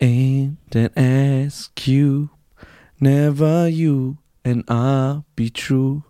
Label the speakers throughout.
Speaker 1: Ain't an ass cube, never you and I'll be true.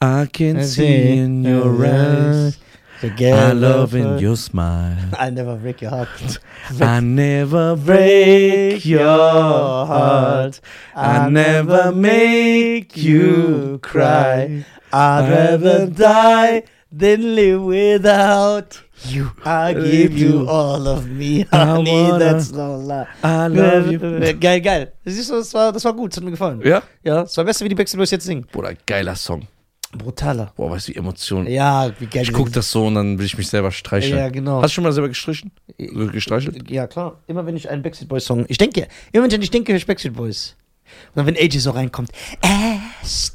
Speaker 1: I can
Speaker 2: I
Speaker 1: see in your eyes, Uh, I love in your smile.
Speaker 2: I'll never break your heart.
Speaker 1: I never break your heart. I never make you cry.
Speaker 2: I'd rather die than live without you. I give you all of me, honey.
Speaker 1: wanna-
Speaker 2: That's no lie.
Speaker 1: I love you.
Speaker 2: Geil, geil. Siehst du, das war, das war gut, das hat mir gefallen.
Speaker 1: Ja,
Speaker 2: Ja, es war besser, wie die Backstreet Boys jetzt singen.
Speaker 1: Bruder, geiler Song.
Speaker 2: Brutaler.
Speaker 1: Boah, weißt du, wie Emotionen.
Speaker 2: Ja, wie geil.
Speaker 1: Ich
Speaker 2: die
Speaker 1: guck
Speaker 2: sind.
Speaker 1: das so und dann will ich mich selber streicheln.
Speaker 2: Ja, genau.
Speaker 1: Hast du schon mal selber gestrichen? So Gestreichelt?
Speaker 2: Ja, klar. Immer wenn ich einen Backstreet Boys Song. Ich denke, immer wenn ich denke, höre ich Backstreet Boys. Und dann, wenn AJ so reinkommt. As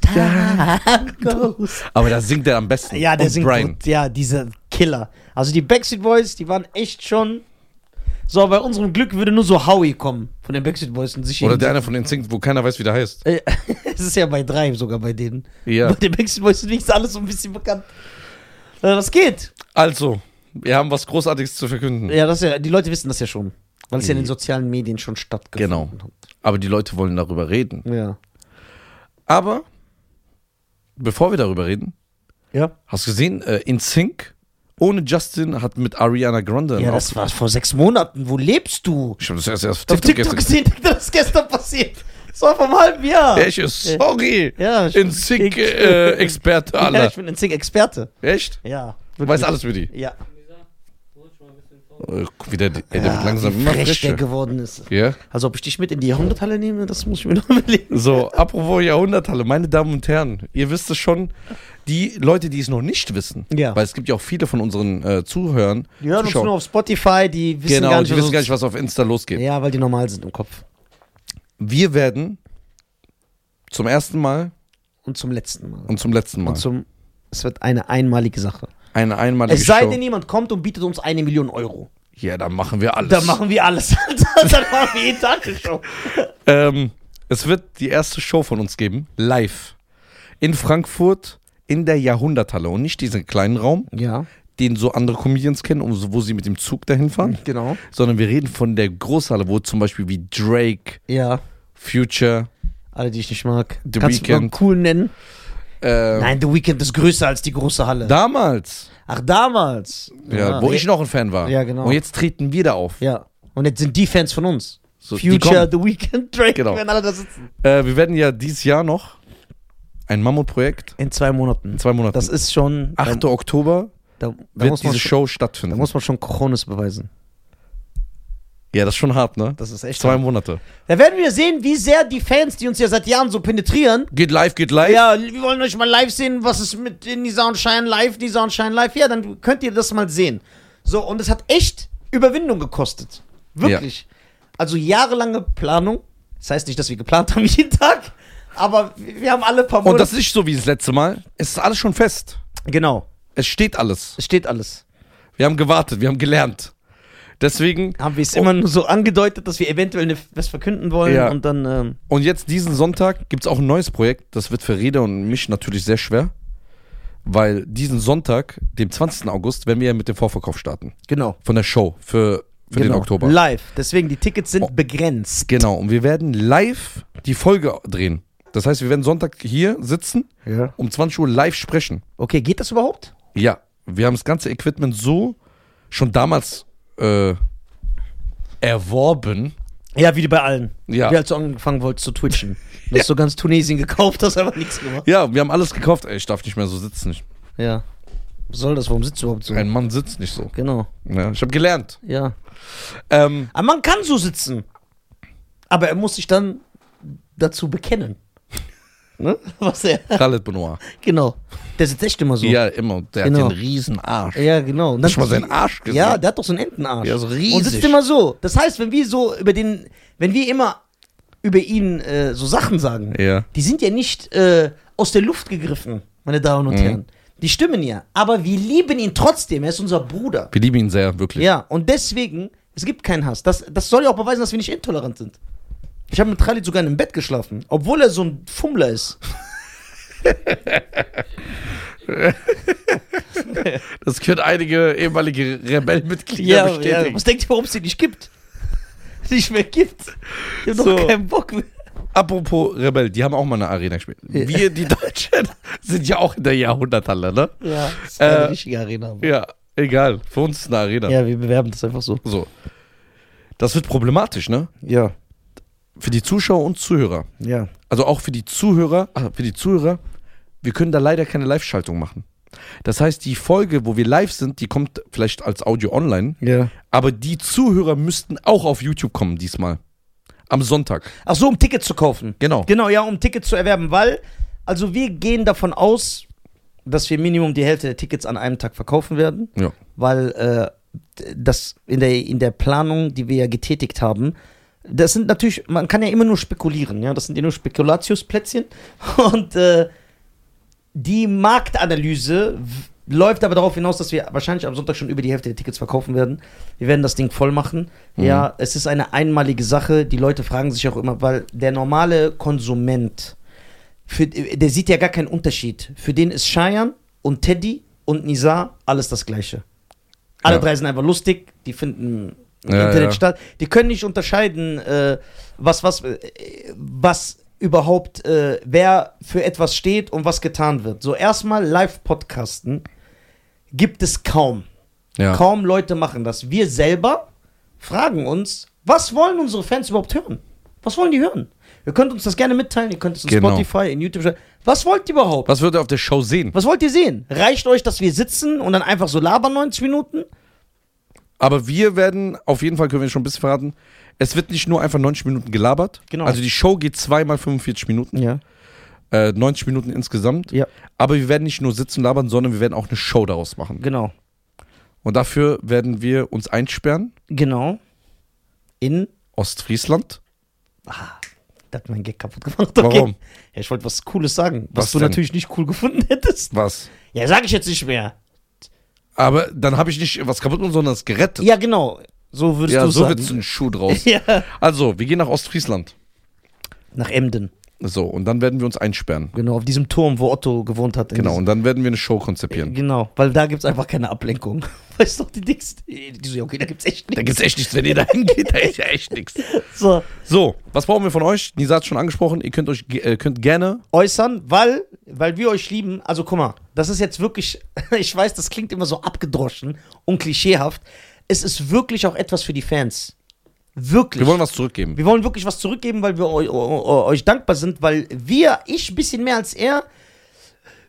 Speaker 2: time goes.
Speaker 1: Aber da singt er am besten.
Speaker 2: Ja, der
Speaker 1: und
Speaker 2: singt
Speaker 1: Brian.
Speaker 2: gut. Ja, dieser Killer. Also die Backstreet Boys, die waren echt schon. So, bei unserem Glück würde nur so Howie kommen von den Backstreet Boys und sich.
Speaker 1: Oder der einer von den singt, wo keiner weiß, wie der heißt.
Speaker 2: Äh, Es ist ja bei drei sogar bei denen.
Speaker 1: Ja.
Speaker 2: Bei den Backstreet Boys ist nichts alles so ein bisschen bekannt. Äh, Das geht.
Speaker 1: Also, wir haben was Großartiges zu verkünden.
Speaker 2: Ja, das ist ja, die Leute wissen das ja schon. Weil es ja in den
Speaker 1: Ja.
Speaker 2: sozialen Medien schon stattgefunden
Speaker 1: Genau. Aber die Leute wollen darüber reden.
Speaker 2: hat. Ja.
Speaker 1: Aber bevor wir darüber reden,
Speaker 2: Ja.
Speaker 1: hast du gesehen, äh, in Sync ohne Justin hat mit Ariana Grande.
Speaker 2: Ja,
Speaker 1: einen
Speaker 2: das
Speaker 1: Auftritt.
Speaker 2: war vor sechs Monaten. Wo lebst du?
Speaker 1: ich habe das erst erst
Speaker 2: Auf
Speaker 1: auf TikTok
Speaker 2: TikTok
Speaker 1: gestern.
Speaker 2: gesehen, Digga, das ist gestern passiert. Das war vor einem halben Jahr.
Speaker 1: Echt? Sorry.
Speaker 2: Ja, ich-
Speaker 1: In Sync äh, Experte
Speaker 2: ja,
Speaker 1: alle.
Speaker 2: ich bin ein Zink-Experte.
Speaker 1: Echt?
Speaker 2: Ja.
Speaker 1: Du weißt alles für die.
Speaker 2: Ja.
Speaker 1: Äh, guck, wie der, der
Speaker 2: ja
Speaker 1: wird langsam
Speaker 2: wie
Speaker 1: immer
Speaker 2: frech der
Speaker 1: frischer.
Speaker 2: geworden ist.
Speaker 1: Ja.
Speaker 2: Also, ob ich dich mit in die Jahrhunderthalle nehme, das muss ich mir noch überlegen.
Speaker 1: So, apropos Jahrhunderthalle, meine Damen und Herren, ihr wisst es schon, die Leute, die es noch nicht wissen,
Speaker 2: Ja.
Speaker 1: weil es gibt ja auch viele von unseren äh, Zuhörern,
Speaker 2: Die hören uns
Speaker 1: Zuschauern,
Speaker 2: nur auf Spotify, die wissen
Speaker 1: genau,
Speaker 2: gar nicht,
Speaker 1: die
Speaker 2: was
Speaker 1: wissen gar
Speaker 2: uns-
Speaker 1: nicht, was auf Insta losgeht.
Speaker 2: Ja, weil die normal sind im Kopf.
Speaker 1: Wir werden zum ersten Mal
Speaker 2: Und zum letzten Mal.
Speaker 1: und zum letzten Mal
Speaker 2: Und zum. Es wird eine einmalige Sache.
Speaker 1: eine einmalige
Speaker 2: Es sei
Speaker 1: Show.
Speaker 2: denn, jemand kommt und bietet uns eine Million Euro.
Speaker 1: ja, dann machen wir alles.
Speaker 2: Dann machen wir alles. Dann machen wir jeden Tag eine Show.
Speaker 1: ähm, es wird die erste Show von uns geben, live in Frankfurt in der Jahrhunderthalle und nicht diesen kleinen Raum,
Speaker 2: Ja.
Speaker 1: den so andere Comedians kennen, um so- wo sie mit dem Zug dahin fahren.
Speaker 2: Genau.
Speaker 1: sondern wir reden von der Großhalle, wo zum Beispiel wie Drake,
Speaker 2: Ja.
Speaker 1: Future,
Speaker 2: Alle, die ich nicht mag.
Speaker 1: The
Speaker 2: Kannst du
Speaker 1: Weeknd.
Speaker 2: noch cool nennen?
Speaker 1: äh,
Speaker 2: Nein, The Weeknd ist größer als die große Halle.
Speaker 1: damals,
Speaker 2: Ach, damals.
Speaker 1: ja, wo ich noch ein Fan war.
Speaker 2: Ja, genau.
Speaker 1: Und jetzt treten wir da auf.
Speaker 2: Ja. Und jetzt sind die Fans von uns.
Speaker 1: So, die
Speaker 2: Future, The Weeknd, Drake,
Speaker 1: Genau.
Speaker 2: wenn alle da sitzen.
Speaker 1: Äh, wir werden ja dieses Jahr noch ein Mammutprojekt
Speaker 2: In zwei Monaten.
Speaker 1: in zwei Monaten.
Speaker 2: Das ist schon.
Speaker 1: 8. Oktober
Speaker 2: Da, da, da,
Speaker 1: wird
Speaker 2: muss man
Speaker 1: diese
Speaker 2: schon,
Speaker 1: Show
Speaker 2: da
Speaker 1: stattfinden.
Speaker 2: muss man schon Cojones beweisen.
Speaker 1: ja, das ist schon hart, ne?
Speaker 2: Das ist echt.
Speaker 1: Zwei Monate.
Speaker 2: Da werden wir sehen, wie sehr die Fans, die uns ja seit Jahren so penetrieren.
Speaker 1: Geht live, geht live.
Speaker 2: Ja, wir wollen euch mal live sehen, was ist mit Nisa und Shine live, Nisa und Shine live. Ja, dann könnt ihr das mal sehen. So, und es hat echt Überwindung gekostet. Wirklich. Also jahrelange Planung. Das heißt nicht, dass wir geplant haben jeden Tag, aber wir haben alle paar Monate.
Speaker 1: Und das ist nicht so wie das letzte Mal. Es ist alles schon fest.
Speaker 2: genau,
Speaker 1: Es steht alles.
Speaker 2: es steht alles.
Speaker 1: Wir haben gewartet, wir haben gelernt. Deswegen
Speaker 2: Haben wir es immer nur so angedeutet, dass wir eventuell ne, was verkünden wollen
Speaker 1: Ja.
Speaker 2: und dann. Ähm,
Speaker 1: Und jetzt diesen Sonntag gibt es auch ein neues Projekt. Das wird für Reda und mich natürlich sehr schwer. Weil diesen Sonntag, dem 20. August, werden wir ja mit dem Vorverkauf starten.
Speaker 2: genau.
Speaker 1: Von der Show für, für den
Speaker 2: genau.
Speaker 1: Oktober. Oh.
Speaker 2: Live. Deswegen, die Tickets sind begrenzt.
Speaker 1: genau. Und wir werden live die Folge drehen. Das heißt, wir werden Sonntag hier sitzen,
Speaker 2: Ja.
Speaker 1: um 20 Uhr live sprechen.
Speaker 2: Okay, geht das überhaupt?
Speaker 1: Ja, wir haben das ganze Equipment so schon damals äh, erworben.
Speaker 2: Ja, wie bei allen.
Speaker 1: Ja.
Speaker 2: Wie als du angefangen wolltest zu twitchen. Du hast so ganz Tunesien gekauft, hast aber nichts gemacht.
Speaker 1: Ja, wir haben alles gekauft. Ey, ich darf nicht mehr so sitzen. Ich,
Speaker 2: Ja. Was soll das? Warum sitzt du überhaupt so?
Speaker 1: ein Mann sitzt nicht so.
Speaker 2: Genau.
Speaker 1: Ja, ich habe gelernt.
Speaker 2: Ja.
Speaker 1: Ähm,
Speaker 2: Aber man kann so sitzen. Aber er muss sich dann dazu bekennen. ne? Was er.
Speaker 1: Khaled Benoit.
Speaker 2: Genau. Der sitzt echt immer so.
Speaker 1: Ja, immer. Der
Speaker 2: Genau.
Speaker 1: hat den riesen Arsch.
Speaker 2: Ja, genau. Und
Speaker 1: Hast du mal seinen Arsch gesehen?
Speaker 2: Ja, der hat doch so einen Entenarsch.
Speaker 1: Ja, so riesig.
Speaker 2: Und sitzt immer so. Das heißt, wenn wir so über den, wenn wir immer über ihn äh, so Sachen sagen,
Speaker 1: Ja.
Speaker 2: die sind ja nicht äh, aus der Luft gegriffen, meine Damen und Herren. Die stimmen ja. Aber wir lieben ihn trotzdem. Er ist unser Bruder.
Speaker 1: Wir lieben ihn sehr, wirklich.
Speaker 2: Ja, und deswegen, es gibt keinen Hass. Das, das soll ja auch beweisen, dass wir nicht intolerant sind. Ich habe mit Khalid sogar in einem Bett geschlafen, obwohl er so ein Fummler ist.
Speaker 1: Das können einige ehemalige Rebellenmitglieder bestätigen.
Speaker 2: was denkt ihr, warum es den nicht gibt? nicht mehr gibt. Ich hab
Speaker 1: So.
Speaker 2: doch keinen Bock mehr.
Speaker 1: Apropos Rebell, die haben auch mal eine Arena gespielt. Wir, die Deutschen, sind ja auch in der Jahrhunderthalle, ne?
Speaker 2: Ja, das ist keine
Speaker 1: Äh,
Speaker 2: richtige Arena. aber-
Speaker 1: Ja, egal. Für uns ist eine Arena.
Speaker 2: Ja, wir bewerben das einfach so.
Speaker 1: So. Das wird problematisch, ne?
Speaker 2: Ja,
Speaker 1: Für die Zuschauer und Zuhörer.
Speaker 2: ja.
Speaker 1: Also auch für die Zuhörer, ah, für die Zuhörer, wir können da leider keine Live-Schaltung machen. Das heißt, die Folge, wo wir live sind, die kommt vielleicht als Audio online,
Speaker 2: Ja.
Speaker 1: aber die Zuhörer müssten auch auf YouTube kommen diesmal. Am Sonntag.
Speaker 2: Ach so, um Ticket zu kaufen.
Speaker 1: Genau.
Speaker 2: Genau, ja, um Ticket zu erwerben, weil, also wir gehen davon aus, dass wir Minimum die Hälfte der Tickets an einem Tag verkaufen werden,
Speaker 1: Ja.
Speaker 2: weil äh, das in der, in der Planung, die wir ja getätigt haben, das sind natürlich, man kann ja immer nur spekulieren, ja, das sind ja nur Spekulatiusplätzchen und äh, die Marktanalyse w- läuft aber darauf hinaus, dass wir wahrscheinlich am Sonntag schon über die Hälfte der Tickets verkaufen werden. Wir werden das Ding voll machen. Ja, es ist eine einmalige Sache. Die Leute fragen sich auch immer, weil der normale Konsument, für, der sieht ja gar keinen Unterschied. Für den ist Cheyenne und Teddy und Nizar alles das Gleiche. Alle
Speaker 1: Ja.
Speaker 2: drei sind einfach lustig. Die finden im
Speaker 1: Ja,
Speaker 2: Internet
Speaker 1: ja.
Speaker 2: statt. Die können nicht unterscheiden, äh, was, was, äh, was überhaupt, äh, wer für etwas steht und was getan wird. So, erstmal Live-Podcasten gibt es kaum.
Speaker 1: Ja.
Speaker 2: Kaum Leute machen das. Wir selber fragen uns, was wollen unsere Fans überhaupt hören? Was wollen die hören? Ihr könnt uns das gerne mitteilen, ihr könnt es in
Speaker 1: Genau.
Speaker 2: Spotify, in YouTube schreiben. Was wollt ihr überhaupt?
Speaker 1: Was wird ihr auf der Show sehen?
Speaker 2: Was wollt ihr sehen? Reicht euch, dass wir sitzen und dann einfach so labern 90 Minuten?
Speaker 1: Aber wir werden, auf jeden Fall können wir schon ein bisschen verraten, es wird nicht nur einfach 90 Minuten gelabert.
Speaker 2: Genau.
Speaker 1: Also die Show geht zweimal 45 Minuten,
Speaker 2: Ja.
Speaker 1: äh, 90 Minuten insgesamt.
Speaker 2: Ja,
Speaker 1: Aber wir werden nicht nur sitzen und labern, sondern wir werden auch eine Show daraus machen.
Speaker 2: genau.
Speaker 1: Und dafür werden wir uns einsperren.
Speaker 2: Genau. In.
Speaker 1: Ostfriesland.
Speaker 2: Da hat mein Gag kaputt gemacht.
Speaker 1: Warum?
Speaker 2: Ja, ich wollte was Cooles sagen, was,
Speaker 1: Was
Speaker 2: du
Speaker 1: denn?
Speaker 2: natürlich nicht cool gefunden hättest.
Speaker 1: Was?
Speaker 2: Ja, sag ich jetzt nicht mehr.
Speaker 1: Aber dann habe ich nicht was kaputt gemacht, sondern es gerettet.
Speaker 2: Ja, genau. So würdest
Speaker 1: Ja,
Speaker 2: du
Speaker 1: so
Speaker 2: sagen.
Speaker 1: wird's ein Schuh draus.
Speaker 2: ja.
Speaker 1: Also, wir gehen nach Ostfriesland.
Speaker 2: Nach Emden.
Speaker 1: So, und dann werden wir uns einsperren.
Speaker 2: Genau, auf diesem Turm, wo Otto gewohnt hat. in
Speaker 1: Genau, und dann werden wir eine Show konzipieren.
Speaker 2: diesem- Genau, weil da gibt es einfach keine Ablenkung. Weißt du, die Dings. Die so, ja, okay, da gibt's echt
Speaker 1: Da
Speaker 2: nichts.
Speaker 1: gibt's echt nichts, wenn ihr da hingeht, da ist ja echt nichts.
Speaker 2: So,
Speaker 1: So, was brauchen wir von euch? Nisa hat schon angesprochen, ihr könnt euch ge- äh, könnt gerne.
Speaker 2: äußern, weil, weil wir euch lieben. Also guck mal, das ist jetzt wirklich, ich weiß, das klingt immer so abgedroschen und klischeehaft. Es ist wirklich auch etwas für die Fans. Wirklich.
Speaker 1: Wir wollen was zurückgeben.
Speaker 2: Wir wollen wirklich was zurückgeben, weil wir eu eu euch dankbar sind, weil wir, ich ein bisschen mehr als er,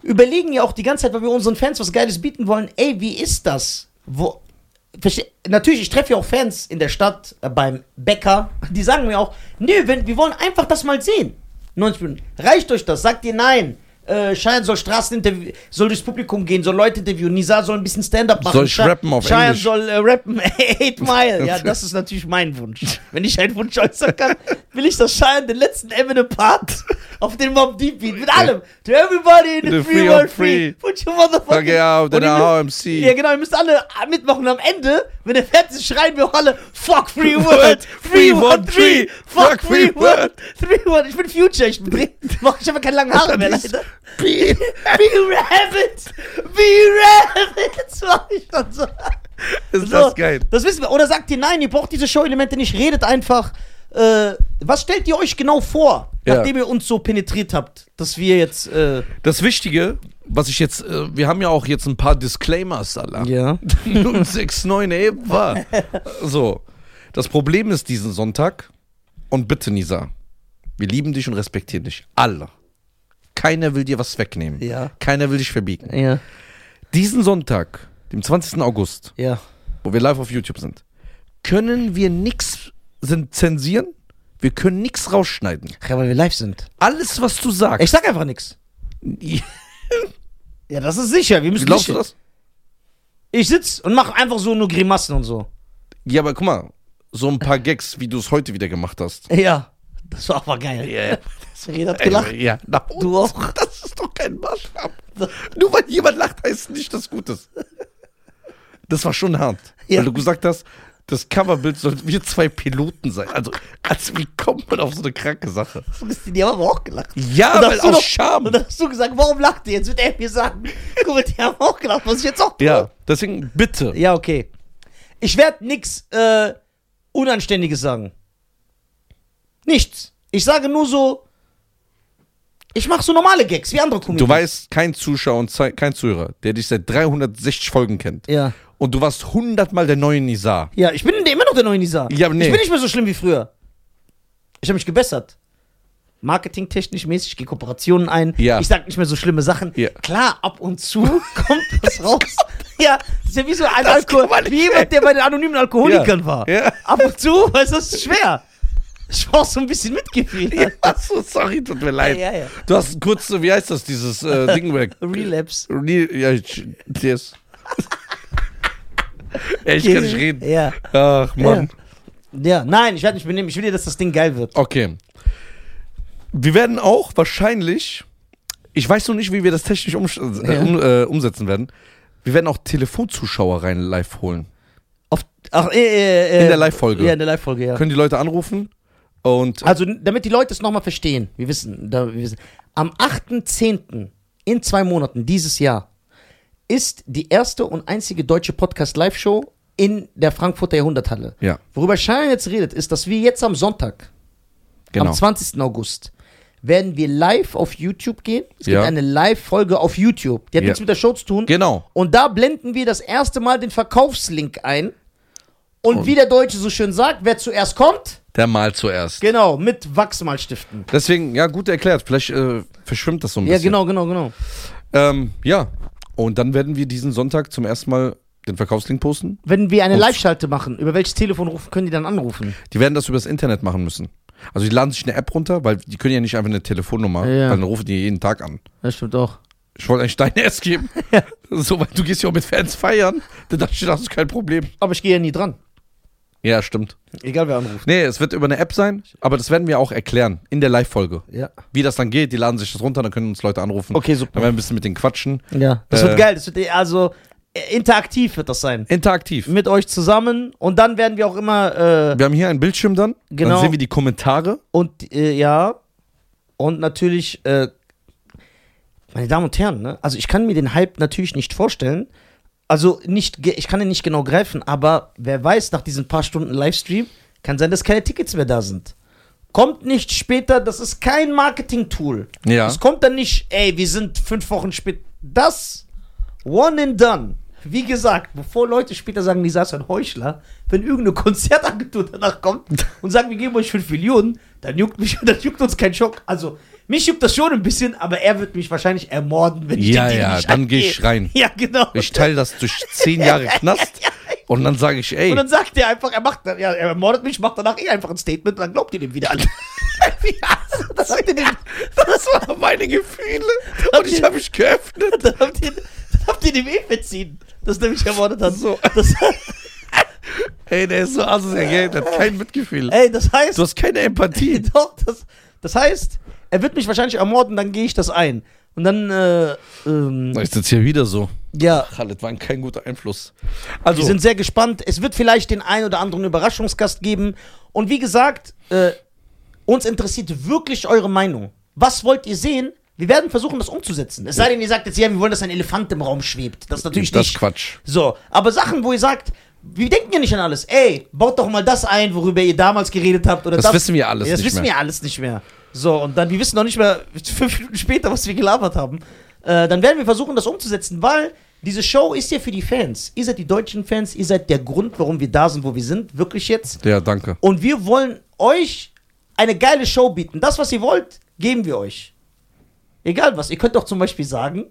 Speaker 2: überlegen ja auch die ganze Zeit, weil wir unseren Fans was Geiles bieten wollen. Ey, wie ist das? Wo, Verste Natürlich, ich treffe ja auch Fans in der Stadt äh, beim Bäcker, die sagen mir auch, nö, wenn, wir wollen einfach das mal sehen. 90 Minuten. Reicht euch das? Sagt ihr nein? Äh, Schein soll Straßeninterview, soll durchs Publikum gehen, soll Leute interviewen, Nisa soll ein bisschen Stand-up machen.
Speaker 1: Soll ich
Speaker 2: Schein-
Speaker 1: rappen auf
Speaker 2: Schein
Speaker 1: Englisch?
Speaker 2: soll äh, rappen, 8 Mile. Ja, das ist natürlich mein Wunsch. Wenn ich einen Wunsch äußern kann, will ich, dass Schein den letzten Eminem-Part auf den Mob Deep Beat mit allem. To everybody in the,
Speaker 1: The
Speaker 2: free
Speaker 1: free
Speaker 2: world
Speaker 1: on
Speaker 2: free.
Speaker 1: free.
Speaker 2: Put your motherfucking...
Speaker 1: Danke, ja,
Speaker 2: Und ihr
Speaker 1: dann
Speaker 2: müsst-
Speaker 1: AMC.
Speaker 2: ja, genau, ihr müsst alle mitmachen. Und am Ende, wenn der fertig ist, schreien wir auch alle Fuck Free World! Free World 3! Fuck Free World! Free World! Ich bin Future, ich bin Dreh. Mach ich aber keine langen Haare mehr, leider. Be Rabbit! Be Rabbit! Mach ich dann so.
Speaker 1: Ist
Speaker 2: So, Das wissen wir. Oder sagt ihr nein, ihr braucht diese Show-Elemente nicht, redet einfach. Äh, was stellt ihr euch genau vor,
Speaker 1: Ja.
Speaker 2: nachdem ihr uns so penetriert habt, dass wir jetzt. Äh,
Speaker 1: Das Wichtige, was ich jetzt, äh, wir haben ja auch jetzt ein paar Disclaimers, Allah.
Speaker 2: ja.
Speaker 1: 069 eben war. So. Das Problem ist diesen Sonntag. Und bitte, Nisa, wir lieben dich und respektieren dich. Alle. Keiner will dir was wegnehmen.
Speaker 2: Ja.
Speaker 1: Keiner will dich verbieten.
Speaker 2: Ja.
Speaker 1: Diesen Sonntag, dem 20. August,
Speaker 2: Ja.
Speaker 1: wo wir live auf YouTube sind, können wir nichts zensieren. Wir können nichts rausschneiden.
Speaker 2: Ja, weil wir live sind.
Speaker 1: Alles, was du sagst.
Speaker 2: Ich sag einfach nichts. Ja, das ist sicher. Wir müssen
Speaker 1: Glaubst du
Speaker 2: nicht-
Speaker 1: das?
Speaker 2: Ich sitz und mach einfach so nur Grimassen und so.
Speaker 1: Ja, aber guck mal, so ein paar Gags, wie du es heute wieder gemacht hast.
Speaker 2: Ja, das war aber geil. Reda hat gelacht.
Speaker 1: Ja, na,
Speaker 2: Du auch.
Speaker 1: Das ist doch kein Maßstab. Nur weil jemand lacht, heißt nicht, dass gut ist. Das war schon hart.
Speaker 2: Ja.
Speaker 1: Weil du gesagt hast, das Coverbild sollten wir zwei Piloten sein. Also, also, wie kommt man auf so eine kranke Sache?
Speaker 2: Die haben aber auch gelacht.
Speaker 1: Ja,
Speaker 2: Und da
Speaker 1: weil
Speaker 2: hast du
Speaker 1: aus
Speaker 2: doch-
Speaker 1: Scham.
Speaker 2: Und dann hast du gesagt, warum lacht ihr? Jetzt wird er mir sagen, guck mal, die haben auch gelacht, muss ich jetzt auch tun.
Speaker 1: Ja, deswegen bitte.
Speaker 2: Ja, okay. Ich werde nix äh, Unanständiges sagen. Nichts. Ich sage nur so, ich mache so normale Gags wie andere Comedians.
Speaker 1: Du weißt, kein Zuschauer und zei- kein Zuhörer, der dich seit 360 Folgen kennt.
Speaker 2: Ja.
Speaker 1: Und du warst 100 Mal der neue Nizar.
Speaker 2: Ja, ich bin immer noch der neue Nisa.
Speaker 1: Ja, nee.
Speaker 2: Ich bin nicht mehr so schlimm wie früher. Ich habe mich gebessert. Marketingtechnisch mäßig, ich gehe Kooperationen ein.
Speaker 1: Ja.
Speaker 2: Ich sag nicht mehr so schlimme Sachen.
Speaker 1: Ja.
Speaker 2: Klar, ab und zu kommt was raus. Ja, das ist ja wie so ein Alkohol,
Speaker 1: kann man nicht
Speaker 2: wie jemand, der bei den anonymen Alkoholikern
Speaker 1: Ja.
Speaker 2: war.
Speaker 1: Ja.
Speaker 2: Ab und zu, weißt du, das ist schwer. Ich brauch so ein bisschen Mitgefühl.
Speaker 1: Achso, sorry, tut mir leid.
Speaker 2: Ja, ja, ja.
Speaker 1: Du hast kurz so, wie heißt das, dieses äh, Ding weg?
Speaker 2: Relapse.
Speaker 1: Re- Ja, ich, yes. Ey, ich kann nicht reden.
Speaker 2: Ja.
Speaker 1: Ach, Mann.
Speaker 2: ja, nein, ich werde mich benehmen. Ich will dir, dass das Ding geil wird.
Speaker 1: Okay. Wir werden auch wahrscheinlich, ich weiß noch nicht, wie wir das technisch umsch- äh,
Speaker 2: Ja.
Speaker 1: um, äh, umsetzen werden, wir werden auch Telefonzuschauer rein live holen.
Speaker 2: Auf, ach, äh, äh, äh,
Speaker 1: In der Live-Folge.
Speaker 2: Ja, in der Live-Folge, ja.
Speaker 1: Können die Leute anrufen und
Speaker 2: Also, n- damit die Leute es nochmal verstehen, wir wissen, da, wir wissen, am 8.10. in zwei Monaten dieses Jahr ist die erste und einzige deutsche Podcast-Live-Show in der Frankfurter Jahrhunderthalle.
Speaker 1: Ja.
Speaker 2: Worüber Schein jetzt redet, ist, dass wir jetzt am Sonntag,
Speaker 1: genau.
Speaker 2: am 20. August, werden wir live auf YouTube gehen. Es gibt
Speaker 1: Ja.
Speaker 2: eine Live-Folge auf YouTube. Die hat
Speaker 1: Ja.
Speaker 2: nichts mit der Show zu tun.
Speaker 1: Genau.
Speaker 2: Und da blenden wir das erste Mal den Verkaufslink ein. Und,
Speaker 1: Und-
Speaker 2: wie der Deutsche so schön sagt, wer zuerst kommt,
Speaker 1: Der mal zuerst.
Speaker 2: genau, mit Wachsmalstiften.
Speaker 1: Deswegen, ja, gut erklärt. Vielleicht äh, verschwimmt das so ein
Speaker 2: Ja,
Speaker 1: bisschen.
Speaker 2: genau, genau, genau.
Speaker 1: Ähm, ja. Und dann werden wir diesen Sonntag zum ersten Mal den Verkaufslink posten.
Speaker 2: Wenn wir eine
Speaker 1: Und-
Speaker 2: Live-Schalte machen, über welches Telefon rufen, können die dann anrufen?
Speaker 1: Die werden das übers Internet machen müssen. Also die laden sich eine App runter, weil die können ja nicht einfach eine Telefonnummer,
Speaker 2: Ja.
Speaker 1: weil dann rufen die jeden Tag an.
Speaker 2: Das stimmt auch.
Speaker 1: Ich wollte eigentlich deine erst geben. So, weil du gehst ja auch mit Fans feiern. Da dachte ich, da hast du kein Problem.
Speaker 2: Aber ich gehe ja nie dran.
Speaker 1: Ja, stimmt.
Speaker 2: Egal wer anruft.
Speaker 1: Nee, es wird über eine App sein, aber das werden wir auch erklären in der Live-Folge.
Speaker 2: Ja.
Speaker 1: Wie das dann geht, die laden sich das runter, dann können uns Leute anrufen.
Speaker 2: Okay, super.
Speaker 1: Dann werden wir ein bisschen mit denen quatschen.
Speaker 2: Ja. Das
Speaker 1: Äh.
Speaker 2: wird geil. Das wird eh- also äh, interaktiv wird das sein.
Speaker 1: Interaktiv.
Speaker 2: Mit euch zusammen. Und dann werden wir auch immer äh,
Speaker 1: Wir haben hier einen Bildschirm dann. Dann
Speaker 2: Genau.
Speaker 1: sehen wir die Kommentare.
Speaker 2: und äh, ja. Und natürlich, äh, meine Damen und Herren, ne? also ich kann mir den Hype natürlich nicht vorstellen. Also nicht, ge- ich kann ihn nicht genau greifen, aber wer weiß, nach diesen paar Stunden Livestream kann sein, dass keine Tickets mehr da sind. Kommt nicht später, das ist kein Marketing-Tool.
Speaker 1: Ja.
Speaker 2: Es kommt dann nicht, ey, wir sind fünf Wochen spät. Das, one and done. Wie gesagt, bevor Leute später sagen, die saß ein Heuchler, wenn irgendeine Konzertagentur danach kommt und sagt, wir geben euch 5 Millionen, dann juckt mich, dann juckt uns kein Schock. Also, mich juckt das schon ein bisschen, aber er wird mich wahrscheinlich ermorden, wenn ich
Speaker 1: Ja,
Speaker 2: den Deal
Speaker 1: ja,
Speaker 2: nicht
Speaker 1: dann geh
Speaker 2: angehe.
Speaker 1: ich rein.
Speaker 2: Ja, genau.
Speaker 1: Ich teile das durch zehn Jahre Knast. Und dann sage ich, ey,
Speaker 2: Und dann sagt er einfach, er macht, ja, er ermordet mich, macht danach eh einfach ein Statement, dann glaubt ihr dem wieder an. das sagt ihr dem,
Speaker 1: das waren meine Gefühle. Und ich habe mich geöffnet.
Speaker 2: dann habt ihr, dann habt ihr dem eh verziehen, dass der mich ermordet hat.
Speaker 1: So.
Speaker 2: Das,
Speaker 1: Ey, der ist so asozial, gell? Der hat kein Mitgefühl.
Speaker 2: ey, das heißt,
Speaker 1: Du hast keine Empathie.
Speaker 2: doch, das, das heißt, er wird mich wahrscheinlich ermorden, dann gehe ich das ein. Und dann, äh, ähm,
Speaker 1: Ich sitze hier wieder so.
Speaker 2: ja,
Speaker 1: Khaled war kein guter Einfluss. Also,
Speaker 2: wir sind sehr gespannt. Es wird vielleicht den einen oder anderen Überraschungsgast geben. Und wie gesagt, äh, uns interessiert wirklich eure Meinung. Was wollt ihr sehen? Wir werden versuchen, das umzusetzen. Es sei denn, ihr sagt jetzt, ja, wir wollen, dass ein Elefant im Raum schwebt. Das ist natürlich
Speaker 1: das ist
Speaker 2: nicht.
Speaker 1: Quatsch.
Speaker 2: So, aber Sachen, wo ihr sagt, wir denken ja nicht an alles. Ey, baut doch mal das ein, worüber ihr damals geredet habt. Oder
Speaker 1: Das
Speaker 2: das,
Speaker 1: wissen wir alles
Speaker 2: Ja, das
Speaker 1: nicht
Speaker 2: wissen
Speaker 1: mehr.
Speaker 2: wir alles nicht mehr. So, und dann, wir wissen noch nicht mehr fünf Minuten später, was wir gelabert haben. Äh, dann werden wir versuchen, das umzusetzen, weil diese Show ist ja für die Fans. Ihr seid die deutschen Fans, ihr seid der Grund, warum wir da sind, wo wir sind, wirklich jetzt.
Speaker 1: Ja, danke.
Speaker 2: Und wir wollen euch eine geile Show bieten. Das, was ihr wollt, geben wir euch. Egal was. Ihr könnt doch zum Beispiel sagen,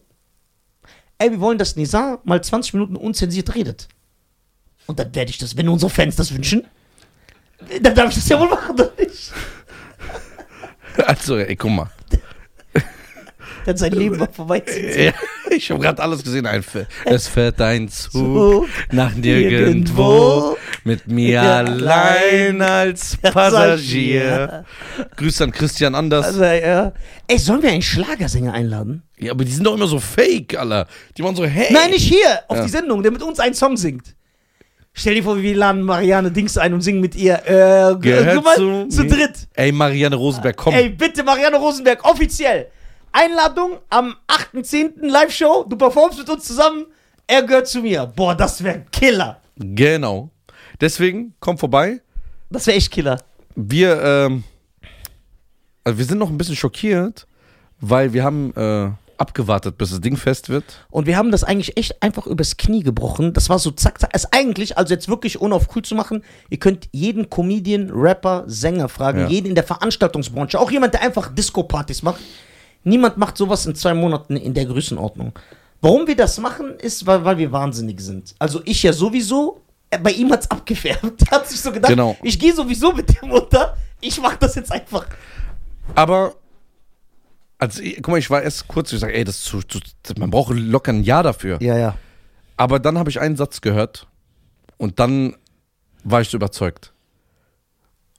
Speaker 2: ey, wir wollen, dass Nizar mal 20 Minuten unzensiert redet. Und dann werde ich das, wenn unsere Fans das wünschen, dann darf ich das ja wohl machen, oder nicht?
Speaker 1: Also, ey, guck mal.
Speaker 2: Dann sein Leben war vorbei.
Speaker 1: Ja, ich habe gerade alles gesehen. Ein Fe- es fährt ein Zug
Speaker 2: Zug
Speaker 1: nach nirgendwo
Speaker 2: nirgendwo.
Speaker 1: mit mir
Speaker 2: Ja,
Speaker 1: allein
Speaker 2: allein
Speaker 1: als
Speaker 2: als
Speaker 1: Passagier. Grüß an Christian Anders.
Speaker 2: Also, ja. Ey, sollen wir einen Schlagersänger einladen?
Speaker 1: Ja, aber die sind doch immer so fake, Alter. Die machen so, hey.
Speaker 2: Nein, nicht hier, auf
Speaker 1: Ja.
Speaker 2: die Sendung, der mit uns einen Song singt. Stell dir vor, wir laden Marianne Dings ein und singen mit ihr. Äh,
Speaker 1: Gehört
Speaker 2: guck mal,
Speaker 1: zu,
Speaker 2: zu dritt.
Speaker 1: Ey, Marianne Rosenberg, komm.
Speaker 2: Ey, bitte, Marianne Rosenberg, offiziell. Einladung am 8.10. Live-Show. Du performst mit uns zusammen. Er gehört zu mir. Boah, das wäre Killer.
Speaker 1: Genau. Deswegen, komm vorbei.
Speaker 2: Das wäre echt Killer.
Speaker 1: Wir ähm, Also wir sind noch ein bisschen schockiert, weil wir haben äh, abgewartet, bis das Ding fest wird.
Speaker 2: Und wir haben das eigentlich echt einfach übers Knie gebrochen. Das war so zack, zack. Es ist eigentlich, also jetzt wirklich ohne auf cool zu machen, ihr könnt jeden Comedian, Rapper, Sänger fragen,
Speaker 1: Ja.
Speaker 2: jeden in der Veranstaltungsbranche, auch jemand, der einfach Disco-Partys macht. Niemand macht sowas in zwei Monaten in der Größenordnung. Warum wir das machen, ist, weil, weil wir wahnsinnig sind. Also ich ja sowieso, äh, bei ihm hat es abgefärbt. Er hat sich so gedacht,
Speaker 1: Genau.
Speaker 2: ich gehe sowieso mit dem unter, ich mach das jetzt einfach.
Speaker 1: Aber, also, ich- guck mal, ich war erst kurz, ich sage, ey, das ist zu, zu, man braucht locker ein Jahr dafür.
Speaker 2: Ja, ja.
Speaker 1: Aber dann habe ich einen Satz gehört und dann war ich so überzeugt.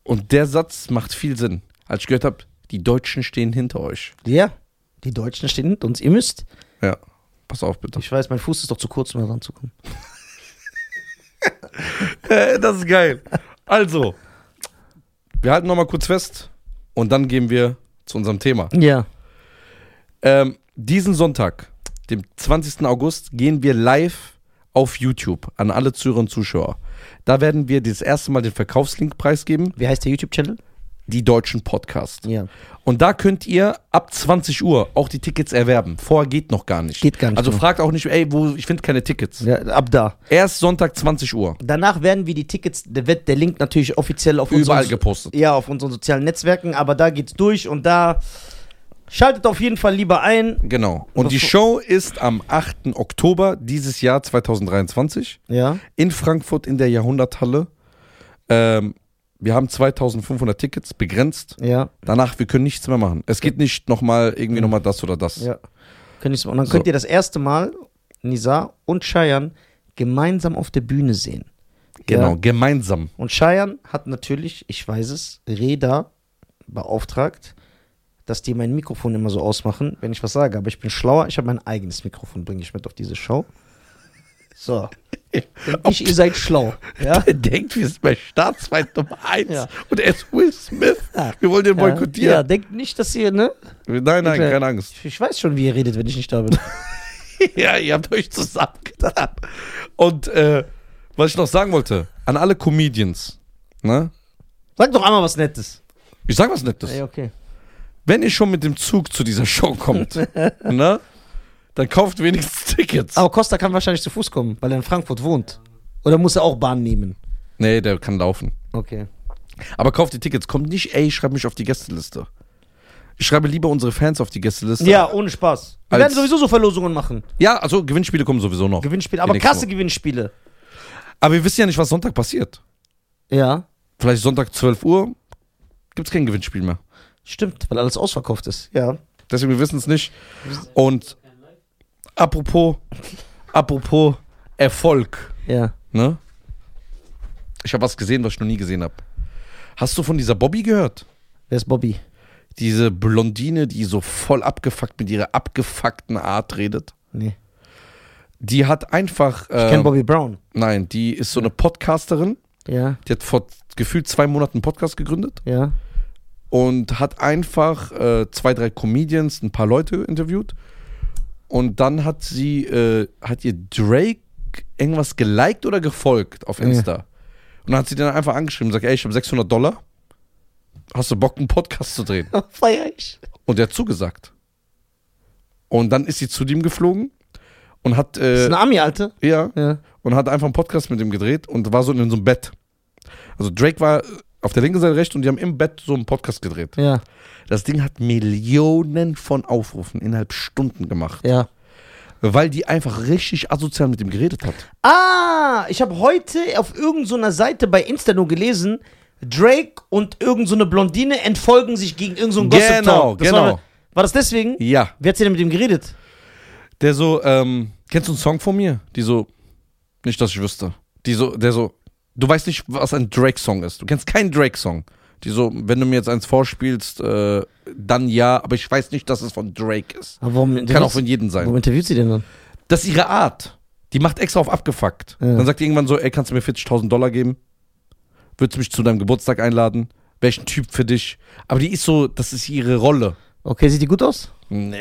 Speaker 1: Und der Satz macht viel Sinn. Als ich gehört habe, die Deutschen stehen hinter euch.
Speaker 2: Ja, die Deutschen stehen hinter uns, ihr müsst.
Speaker 1: Ja, pass auf bitte.
Speaker 2: Ich weiß, mein Fuß ist doch zu kurz, um da dran zu kommen.
Speaker 1: Äh, das ist geil. Also, wir halten nochmal kurz fest und dann gehen wir zu unserem Thema.
Speaker 2: Ja.
Speaker 1: Ähm, diesen Sonntag, dem 20. August, gehen wir live auf YouTube an alle Zuhörer und Zuschauer. Da werden wir das erste Mal den Verkaufslink preisgeben,
Speaker 2: Wie heißt der YouTube-Channel?
Speaker 1: die deutschen Podcast.
Speaker 2: Ja.
Speaker 1: Und da könnt ihr ab 20 Uhr auch die Tickets erwerben. Vorher geht noch gar nicht.
Speaker 2: Geht gar nicht,
Speaker 1: Also
Speaker 2: genau.
Speaker 1: fragt auch nicht, ey, wo, ich finde keine Tickets.
Speaker 2: ab da.
Speaker 1: Erst Sonntag 20 Uhr.
Speaker 2: Danach werden wir die Tickets, der wird der Link natürlich offiziell auf
Speaker 1: Überall
Speaker 2: unseren,
Speaker 1: gepostet.
Speaker 2: ja, auf unseren sozialen Netzwerken, aber da geht's durch und da schaltet auf jeden Fall lieber ein.
Speaker 1: Genau. Und
Speaker 2: Was
Speaker 1: die
Speaker 2: so-
Speaker 1: Show ist am 8. Oktober dieses Jahr 2023
Speaker 2: Ja.
Speaker 1: in Frankfurt in der Jahrhunderthalle. Ähm, wir haben 2500 Tickets begrenzt.
Speaker 2: Ja,
Speaker 1: Danach, wir können nichts mehr machen. Es geht nicht nochmal irgendwie nochmal das oder das.
Speaker 2: ja. Könnt ich's, und dann könnt
Speaker 1: So.
Speaker 2: ihr das erste Mal Nisa und Cheyenne gemeinsam auf der Bühne sehen.
Speaker 1: Genau,
Speaker 2: Ja.
Speaker 1: gemeinsam.
Speaker 2: Und Cheyenne hat natürlich, ich weiß es, Reda beauftragt, dass die mein Mikrofon immer so ausmachen, wenn ich was sage. Aber ich bin schlauer, ich habe mein eigenes Mikrofon, bringe ich mit auf diese Show. So. Und ich, ihr seid schlau. Ja?
Speaker 1: Er denkt, wir sind bei Staatsfeind Nummer 1
Speaker 2: Ja.
Speaker 1: und er ist Will Smith.
Speaker 2: Ja.
Speaker 1: Wir wollen den
Speaker 2: Ja, ja,
Speaker 1: boykottieren.
Speaker 2: denkt nicht, dass ihr, ne?
Speaker 1: Nein, nein,
Speaker 2: Ja.
Speaker 1: keine Angst.
Speaker 2: Ich, ich weiß schon, wie ihr redet, wenn ich nicht da bin.
Speaker 1: Ja, ihr habt euch zusammengetan. Und äh, was ich noch sagen wollte, an alle Comedians, ne?
Speaker 2: Sag doch einmal was Nettes.
Speaker 1: Ich sag was Nettes.
Speaker 2: Ey, okay.
Speaker 1: Wenn ihr schon mit dem Zug zu dieser Show kommt, ne? Dann kauft wenigstens Tickets.
Speaker 2: Aber Costa kann wahrscheinlich zu Fuß kommen, weil er in Frankfurt wohnt. Oder muss er auch Bahn nehmen?
Speaker 1: Nee, der kann laufen.
Speaker 2: Okay.
Speaker 1: Aber kauft die Tickets. Kommt nicht, ey, ich schreibe mich auf die Gästeliste. Ich schreibe lieber unsere Fans auf die Gästeliste.
Speaker 2: Ja, ohne Spaß. Wir
Speaker 1: Als-
Speaker 2: werden sowieso so Verlosungen machen.
Speaker 1: Ja, also Gewinnspiele kommen sowieso noch.
Speaker 2: Gewinnspiele,
Speaker 1: Die
Speaker 2: aber
Speaker 1: nächsten
Speaker 2: krasse
Speaker 1: Wochen.
Speaker 2: Gewinnspiele.
Speaker 1: Aber wir wissen ja nicht, was Sonntag passiert.
Speaker 2: Ja.
Speaker 1: Vielleicht Sonntag 12 Uhr gibt's kein Gewinnspiel mehr.
Speaker 2: Stimmt, weil alles ausverkauft ist. Ja.
Speaker 1: Deswegen, wir wissen es nicht. Und apropos, apropos Erfolg,
Speaker 2: Ja.
Speaker 1: ne? Ich habe was gesehen, was ich noch nie gesehen habe. Hast du von dieser Bobby gehört?
Speaker 2: Wer ist Bobby?
Speaker 1: Diese Blondine, die so voll abgefuckt mit ihrer abgefuckten Art redet.
Speaker 2: Nee.
Speaker 1: Die hat einfach.
Speaker 2: Ich
Speaker 1: Äh,
Speaker 2: kenne Bobby Brown.
Speaker 1: Nein, die ist so eine Podcasterin.
Speaker 2: Ja,
Speaker 1: Die hat vor gefühlt zwei Monaten einen Podcast gegründet
Speaker 2: ja.
Speaker 1: und hat einfach äh, zwei, drei Comedians, ein paar Leute interviewt. Und dann hat sie, äh, hat ihr Drake irgendwas geliked oder gefolgt auf Insta. Und dann hat sie den einfach angeschrieben und sagt, ey, ich habe 600 Dollar. Hast du Bock, einen Podcast zu drehen?
Speaker 2: Feier ich.
Speaker 1: Und der hat zugesagt. Und dann ist sie zu dem geflogen und hat,
Speaker 2: Das ist
Speaker 1: äh,
Speaker 2: eine Ami-Alte.
Speaker 1: ja,
Speaker 2: Ja.
Speaker 1: und hat einfach einen Podcast mit ihm gedreht und war so in so einem Bett. Also Drake war äh, auf der linken Seite rechts und die haben im Bett so einen Podcast gedreht.
Speaker 2: Ja,
Speaker 1: Das Ding hat Millionen von Aufrufen innerhalb Stunden gemacht,
Speaker 2: ja.
Speaker 1: weil die einfach richtig asozial mit ihm geredet hat.
Speaker 2: Ah, ich habe heute auf irgendeiner Seite bei Insta nur gelesen, Drake und irgendeine Blondine entfolgen sich gegen irgendeinen Gossip
Speaker 1: Genau,
Speaker 2: Talk. Das
Speaker 1: genau.
Speaker 2: War, war das deswegen?
Speaker 1: Ja.
Speaker 2: Wer hat sie denn mit ihm geredet?
Speaker 1: Der so, ähm, kennst du einen Song von mir? Die so, nicht, dass ich wüsste. Die so, der so, du weißt nicht, was ein Drake-Song ist. Du kennst keinen Drake-Song. Die so, wenn du mir jetzt eins vorspielst, äh, dann ja, aber ich weiß nicht, dass es von Drake ist.
Speaker 2: Aber Ah, warum
Speaker 1: Kann auch von jedem sein.
Speaker 2: Warum interviewt sie denn dann?
Speaker 1: Das ist ihre Art. Die macht extra auf abgefuckt.
Speaker 2: Ja.
Speaker 1: Dann sagt die irgendwann so, ey, kannst du mir 40.000 Dollar geben? Würdest du mich zu deinem Geburtstag einladen? Welchen Typ für dich? Aber die ist so, das ist ihre Rolle.
Speaker 2: Okay, sieht die gut aus?
Speaker 1: Nee,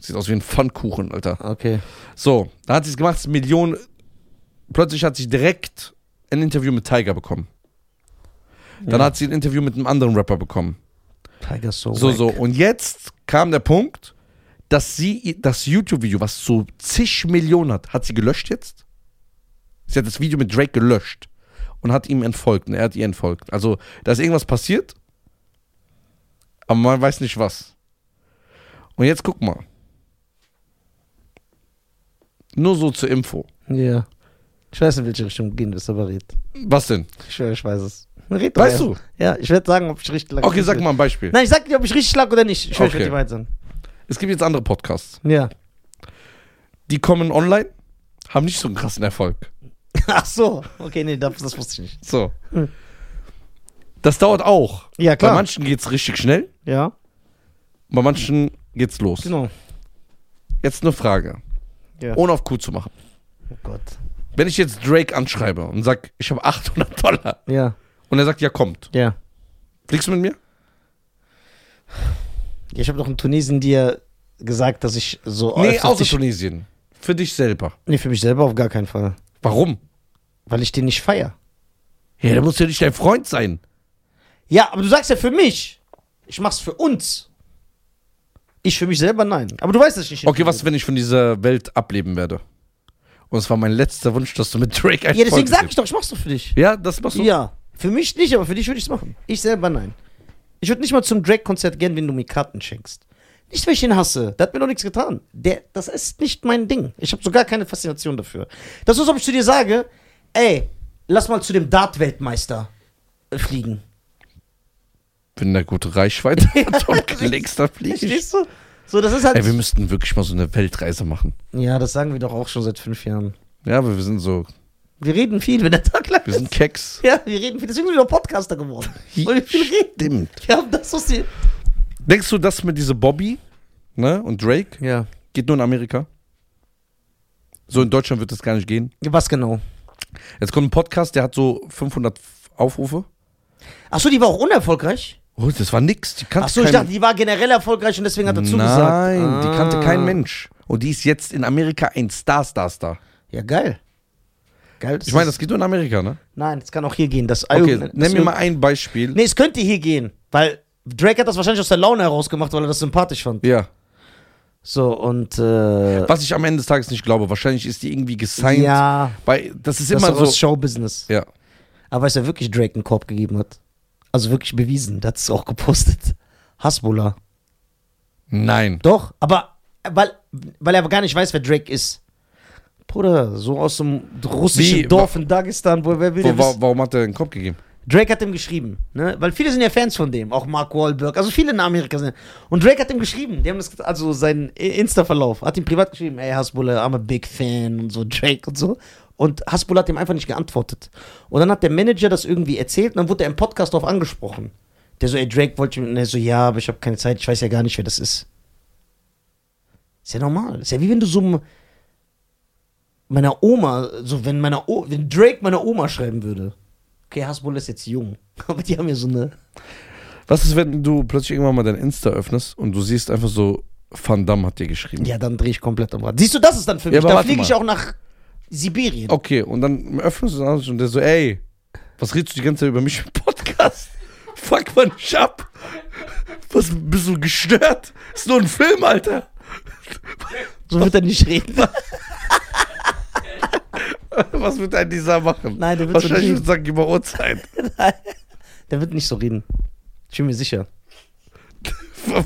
Speaker 1: sieht aus wie ein Pfannkuchen, Alter.
Speaker 2: Okay.
Speaker 1: So, da hat sie es gemacht, ist Millionen. Plötzlich hat sie direkt ein Interview mit Tiger bekommen. Dann
Speaker 2: Ja.
Speaker 1: hat sie ein Interview mit einem anderen Rapper bekommen.
Speaker 2: Tiger so.
Speaker 1: So,
Speaker 2: wack.
Speaker 1: so. Und jetzt kam der Punkt, dass sie ihr- das YouTube-Video, was so zig Millionen hat, hat sie gelöscht jetzt? Sie hat das Video mit Drake gelöscht und hat ihm entfolgt. Und er hat ihr entfolgt. Also, da ist irgendwas passiert, aber man weiß nicht was. Und jetzt guck mal. Nur so zur Info.
Speaker 2: Ja. Ich weiß, in welche Richtung du gehen wirst, aber red.
Speaker 1: Was denn?
Speaker 2: Ich schwöre, ich weiß es. Red
Speaker 1: Weißt
Speaker 2: doch
Speaker 1: du?
Speaker 2: erst. Ja, ich werde sagen, ob ich richtig lag.
Speaker 1: Okay, sag mal ein Beispiel.
Speaker 2: Nein, ich sag dir, ob ich richtig lag oder nicht. Ich schwöre, ich
Speaker 1: Okay.
Speaker 2: werde die Wahrheit sagen.
Speaker 1: Es gibt jetzt andere Podcasts.
Speaker 2: Ja.
Speaker 1: Die kommen online, haben nicht so einen krassen Erfolg.
Speaker 2: Ach so. Okay, nee, das, das wusste ich nicht.
Speaker 1: So. Das dauert auch.
Speaker 2: Hm. Ja, klar.
Speaker 1: Bei manchen geht's richtig schnell,
Speaker 2: Ja,
Speaker 1: bei manchen geht's los.
Speaker 2: genau.
Speaker 1: Jetzt eine Frage.
Speaker 2: Ja.
Speaker 1: Ohne auf Kuh zu machen.
Speaker 2: Oh Gott.
Speaker 1: Wenn ich jetzt Drake anschreibe und sag, ich habe 800 Dollar
Speaker 2: Ja,
Speaker 1: und er sagt, ja, kommt.
Speaker 2: ja.
Speaker 1: Fliegst du mit mir?
Speaker 2: Ich habe doch in Tunesien dir gesagt, dass ich so.
Speaker 1: nee,
Speaker 2: öfters
Speaker 1: außer
Speaker 2: dich-
Speaker 1: Tunesien. Für dich selber.
Speaker 2: Nee, für mich selber auf gar keinen Fall.
Speaker 1: Warum?
Speaker 2: Weil ich den nicht feier.
Speaker 1: Ja, der muss ja nicht dein Freund sein.
Speaker 2: Ja, aber du sagst ja für mich. Ich mach's für uns. Ich für mich selber nein. Aber du weißt, dass ich nicht.
Speaker 1: Okay, was, wenn ich von dieser Welt ableben werde? Und es war mein letzter Wunsch, dass du mit Drake ein
Speaker 2: Ja, deswegen
Speaker 1: Freund
Speaker 2: sag ich
Speaker 1: bist.
Speaker 2: doch, ich mach's doch für dich.
Speaker 1: Ja, das machst du.
Speaker 2: Ja. Für mich nicht, aber für dich würde ich's machen. Ich selber nein. Ich würde nicht mal zum Drake-Konzert gehen, wenn du mir Karten schenkst. Nicht, weil ich ihn hasse. Der hat mir doch nichts getan. Der, das ist nicht mein Ding. Ich habe sogar keine Faszination dafür. Das ist, ob ich zu dir sage, ey, lass mal zu dem Dart-Weltmeister äh, fliegen.
Speaker 1: Wenn der gute Reichweite hat und legst, dann flieg ich.
Speaker 2: Verstehst du? So, das ist halt.
Speaker 1: Ey, wir müssten wirklich mal so eine Weltreise machen.
Speaker 2: ja, das sagen wir doch auch schon seit fünf Jahren.
Speaker 1: Ja, aber wir sind so,
Speaker 2: Wir reden viel, wenn der Tag lang
Speaker 1: wir sind
Speaker 2: ist.
Speaker 1: Keks.
Speaker 2: Ja, wir reden viel. Deswegen sind wir doch Podcaster geworden. Weil wir viel reden.
Speaker 1: Stimmt.
Speaker 2: Wir haben das, was die.
Speaker 1: Denkst du, dass mit diese Bobby ne, und Drake
Speaker 2: Ja.
Speaker 1: geht nur in Amerika? So in Deutschland wird das gar nicht gehen.
Speaker 2: Was genau?
Speaker 1: Jetzt kommt ein Podcast, der hat so 500 Aufrufe.
Speaker 2: Achso, die war auch unerfolgreich.
Speaker 1: Oh, das war nix. Die kannte
Speaker 2: Achso, ich dachte, die war generell erfolgreich und deswegen hat er
Speaker 1: Nein,
Speaker 2: zugesagt.
Speaker 1: die
Speaker 2: Ah.
Speaker 1: kannte kein Mensch. Und die ist jetzt in Amerika ein Star, Star, Star.
Speaker 2: Ja, geil. Geil. das
Speaker 1: Ich meine,
Speaker 2: ist-
Speaker 1: das geht nur in Amerika, ne?
Speaker 2: Nein, das kann auch hier gehen. Das
Speaker 1: Okay,
Speaker 2: das-
Speaker 1: nenn mir mal ein Beispiel.
Speaker 2: Nee, es könnte hier gehen, weil Drake hat das wahrscheinlich aus der Laune heraus gemacht, weil er das sympathisch fand.
Speaker 1: Ja.
Speaker 2: So, und. Äh,
Speaker 1: Was ich am Ende des Tages nicht glaube. Wahrscheinlich ist die irgendwie gesigned.
Speaker 2: Ja,
Speaker 1: Bei, das ist
Speaker 2: das
Speaker 1: immer
Speaker 2: ist so.
Speaker 1: so.
Speaker 2: aus Showbusiness.
Speaker 1: Ja.
Speaker 2: Aber weißt du, wer wirklich Drake einen Korb gegeben hat? Also wirklich bewiesen, der hat es auch gepostet. Hasbullah.
Speaker 1: Nein.
Speaker 2: Doch, aber weil, weil er aber gar nicht weiß, wer Drake ist. Bruder, so aus dem russischen
Speaker 1: Wie?
Speaker 2: Dorf in Dagestan, wo wer will
Speaker 1: Wo,
Speaker 2: der
Speaker 1: wa
Speaker 2: wissen?
Speaker 1: warum hat er den Kopf gegeben?
Speaker 2: Drake hat ihm geschrieben, ne? Weil viele sind ja Fans von dem, auch Mark Wahlberg, also viele in Amerika sind. Und Drake hat ihm geschrieben, die haben das, also seinen I- Insta-Verlauf, hat ihm privat geschrieben, ey Hasbulla, I'm a big fan und so, Drake und so. Und Hasbulla hat ihm einfach nicht geantwortet. Und dann hat der Manager das irgendwie erzählt und dann wurde er im Podcast darauf angesprochen. Der so, ey Drake wollte ich, und er so, ja, aber ich habe keine Zeit, ich weiß ja gar nicht, wer das ist. Ist ja normal. Ist ja wie wenn du so m- meiner Oma, so wenn meiner o wenn Drake meiner Oma schreiben würde. Okay, Hasbulla ist jetzt jung, aber die haben ja so eine.
Speaker 1: Was ist, wenn du plötzlich irgendwann mal dein Insta öffnest und du siehst einfach so, Van Damme hat dir geschrieben.
Speaker 2: Ja, dann drehe ich komplett am Rad. Siehst du, das ist dann für
Speaker 1: Ja,
Speaker 2: mich.
Speaker 1: aber
Speaker 2: da
Speaker 1: warte
Speaker 2: fliege ich
Speaker 1: mal. Oh.
Speaker 2: auch nach Sibirien.
Speaker 1: Okay, und dann öffnest du es und der so, ey, was redest du die ganze Zeit über mich im Podcast? Fuck man nicht ab. Was, bist du gestört? Ist nur ein Film, Alter.
Speaker 2: So wird er nicht reden.
Speaker 1: Was wird ein dieser machen?
Speaker 2: Nein, der wird so
Speaker 1: Wahrscheinlich
Speaker 2: nicht-
Speaker 1: würde sagen, gib mal Uhrzeit.
Speaker 2: Der wird nicht so reden. Ich bin mir sicher.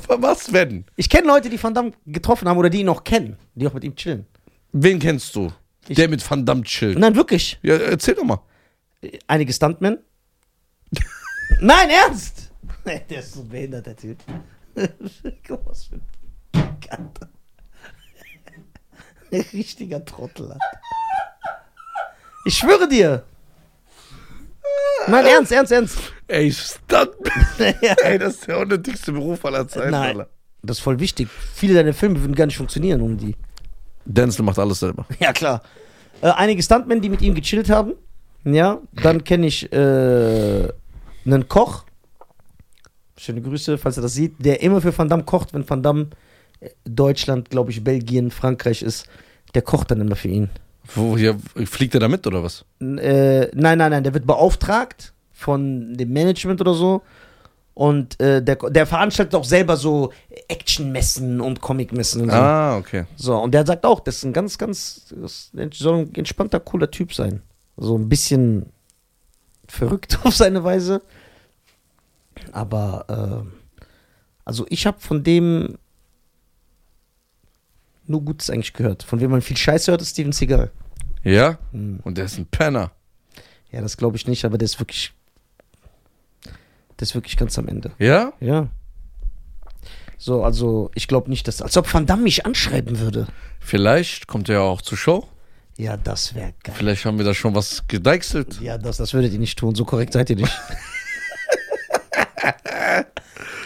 Speaker 1: was, wenn?
Speaker 2: Ich kenne Leute, die Van Damme getroffen haben oder die ihn noch kennen, die auch mit ihm chillen.
Speaker 1: Wen kennst du?
Speaker 2: Ich-
Speaker 1: der mit Van Damme chillt.
Speaker 2: Nein, wirklich.
Speaker 1: Ja, erzähl doch mal.
Speaker 2: Einige Stuntmen. Nein, ernst! Nee, Der ist so behindert, der Typ. Guck mal, was für ein Kater. Ein richtiger Trottel. Alter. Ich schwöre dir. Nein, ernst, ernst, ernst.
Speaker 1: Ey, Stuntman.
Speaker 2: Ja.
Speaker 1: Ey, das ist der unnötigste Beruf aller Zeiten,
Speaker 2: Nein,
Speaker 1: Alter.
Speaker 2: das ist voll wichtig. Viele deiner Filme würden gar nicht funktionieren ohne die.
Speaker 1: Denzel macht alles selber.
Speaker 2: Ja, klar. Äh, einige Stuntmen, die mit ihm gechillt haben. Ja, dann kenne ich äh, einen Koch. Schöne Grüße, falls er das sieht. Der immer für Van Damme kocht, wenn Van Damme äh, Deutschland, glaube ich, Belgien, Frankreich ist. Der kocht dann immer für ihn.
Speaker 1: Wo, ja, fliegt er da mit oder was?
Speaker 2: N- Äh, nein, nein, nein, der wird beauftragt von dem Management oder so. Und äh, der, der veranstaltet auch selber so Actionmessen und Comicmessen und so.
Speaker 1: Ah, okay.
Speaker 2: so. Und der sagt auch, das ist ein ganz, ganz, das soll ein entspannter, cooler Typ sein. So ein bisschen verrückt auf seine Weise. Aber, äh, also ich habe von dem nur Gutes eigentlich gehört. Von wem man viel Scheiße hört, ist Steven Seagal.
Speaker 1: Ja?
Speaker 2: Hm.
Speaker 1: Und der ist ein Penner.
Speaker 2: Ja, das glaube ich nicht, aber der ist wirklich, der ist wirklich ganz am Ende.
Speaker 1: Ja?
Speaker 2: Ja. So, also ich glaube nicht, dass, als ob Van Damme mich anschreiben würde.
Speaker 1: Vielleicht kommt er ja auch zur Show.
Speaker 2: Ja, das wäre geil.
Speaker 1: Vielleicht haben wir da schon was gedeichselt.
Speaker 2: Ja, das, das würdet ihr nicht tun. So korrekt seid ihr nicht.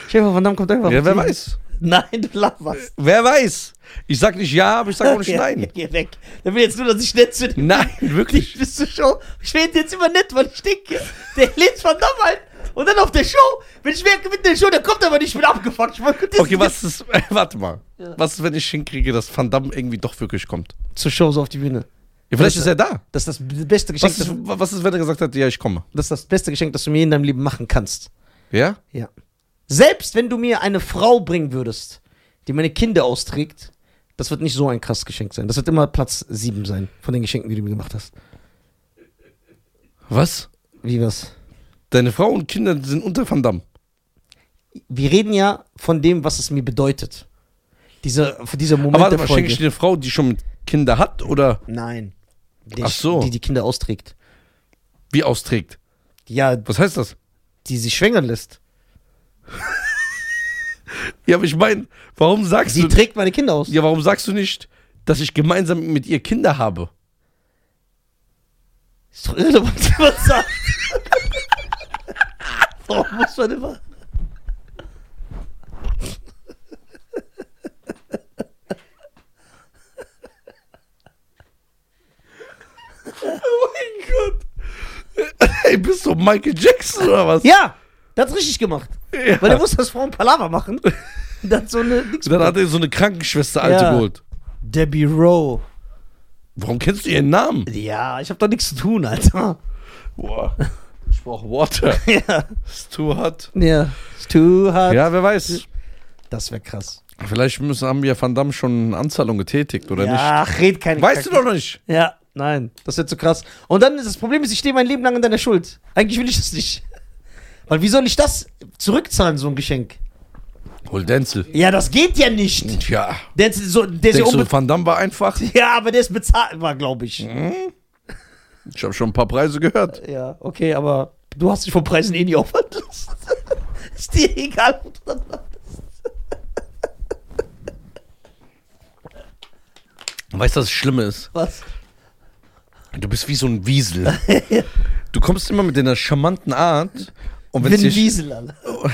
Speaker 2: Schäfer Van Damme kommt einfach.
Speaker 1: Ja, wer weiß.
Speaker 2: Nein, du laberst.
Speaker 1: Wer weiß? Ich sag nicht ja, aber ich sag auch nicht
Speaker 2: Ja,
Speaker 1: nein.
Speaker 2: geh weg. Der will jetzt nur, dass ich nett zu dir
Speaker 1: Nein, wirklich.
Speaker 2: Bist du schon? Ich werde jetzt immer nett, weil ich denke, der lädt Van Damme ein. Und dann auf der Show, wenn ich merke, mit der Show, der kommt aber nicht, ich bin abgefuckt. Ich wollte-
Speaker 1: Okay, was ist, warte mal. Was ist, wenn ich hinkriege, dass Van Damme irgendwie doch wirklich kommt?
Speaker 2: Zur Show so auf die Bühne.
Speaker 1: Ja, vielleicht ist er da.
Speaker 2: Das ist das beste Geschenk,
Speaker 1: Was
Speaker 2: das,
Speaker 1: ist, was ist, wenn er gesagt hat, ja, ich komme?
Speaker 2: das ist das beste Geschenk, das du mir in deinem Leben machen kannst.
Speaker 1: Ja?
Speaker 2: Ja. Selbst wenn du mir eine Frau bringen würdest, die meine Kinder austrägt, das wird nicht so ein krasses Geschenk sein. Das wird immer Platz 7 sein von den Geschenken, die du mir gemacht hast.
Speaker 1: Was?
Speaker 2: Wie was?
Speaker 1: Deine Frau und Kinder sind unter Van Damme.
Speaker 2: Wir reden ja von dem, was es mir bedeutet. Diese, dieser Moment
Speaker 1: Aber warte
Speaker 2: der
Speaker 1: mal,
Speaker 2: Folge.
Speaker 1: schenke ich dir eine Frau, die schon Kinder hat oder
Speaker 2: Nein. Die,
Speaker 1: Ach so.
Speaker 2: Die die Kinder austrägt.
Speaker 1: wie austrägt?
Speaker 2: Ja,
Speaker 1: Was heißt das?
Speaker 2: die sich schwängern lässt.
Speaker 1: Ja, aber ich meine, warum sagst
Speaker 2: Sie
Speaker 1: du.
Speaker 2: trägt meine Kinder aus.
Speaker 1: Ja, warum sagst du nicht, dass ich gemeinsam mit ihr Kinder habe?
Speaker 2: Ist doch irrelevant, was man sagt. Warum muss man immer...
Speaker 1: Oh mein Gott. Ey, bist du Michael Jackson oder was?
Speaker 2: Ja, der hat's richtig gemacht.
Speaker 1: Ja.
Speaker 2: Weil er muss das vor einem Palaver machen. Und Dann so eine... Nix
Speaker 1: Dann hat er so eine Krankenschwester alte
Speaker 2: Ja.
Speaker 1: geholt.
Speaker 2: Debbie Rowe.
Speaker 1: Warum kennst du ihren Namen?
Speaker 2: Ja, ich hab da nichts zu tun, Alter.
Speaker 1: Boah. Ich brauch Water.
Speaker 2: ja.
Speaker 1: It's too hot.
Speaker 2: Ja. It's too hard.
Speaker 1: Ja, wer weiß.
Speaker 2: Das wäre krass.
Speaker 1: Vielleicht müssen, haben wir Van Damme schon eine Anzahlung getätigt oder nicht.
Speaker 2: ja, red keine
Speaker 1: Weißt
Speaker 2: Kacke.
Speaker 1: du doch noch nicht.
Speaker 2: Ja, nein, das wird so krass. Und dann ist das Problem, ist, ich stehe mein Leben lang in deiner Schuld. Eigentlich will ich das nicht. Weil wie soll ich das zurückzahlen, so ein Geschenk?
Speaker 1: Hol Denzel.
Speaker 2: Ja, das geht ja nicht.
Speaker 1: Tja.
Speaker 2: Der ist so, der ist ja,
Speaker 1: Denkst du,
Speaker 2: unbe-
Speaker 1: Van Damme war einfach?
Speaker 2: ja, aber der ist bezahlbar, glaube ich.
Speaker 1: Ich habe schon ein paar Preise gehört.
Speaker 2: Ja, okay, aber du hast dich von Preisen eh nie aufhalten lassen. ist dir egal, ob du das machst.
Speaker 1: Weißt du, was das Schlimme ist?
Speaker 2: was.
Speaker 1: Du bist wie so ein Wiesel. Du kommst immer mit deiner charmanten Art. Und
Speaker 2: Bin
Speaker 1: wenn's dir-
Speaker 2: Wiesel, Alter.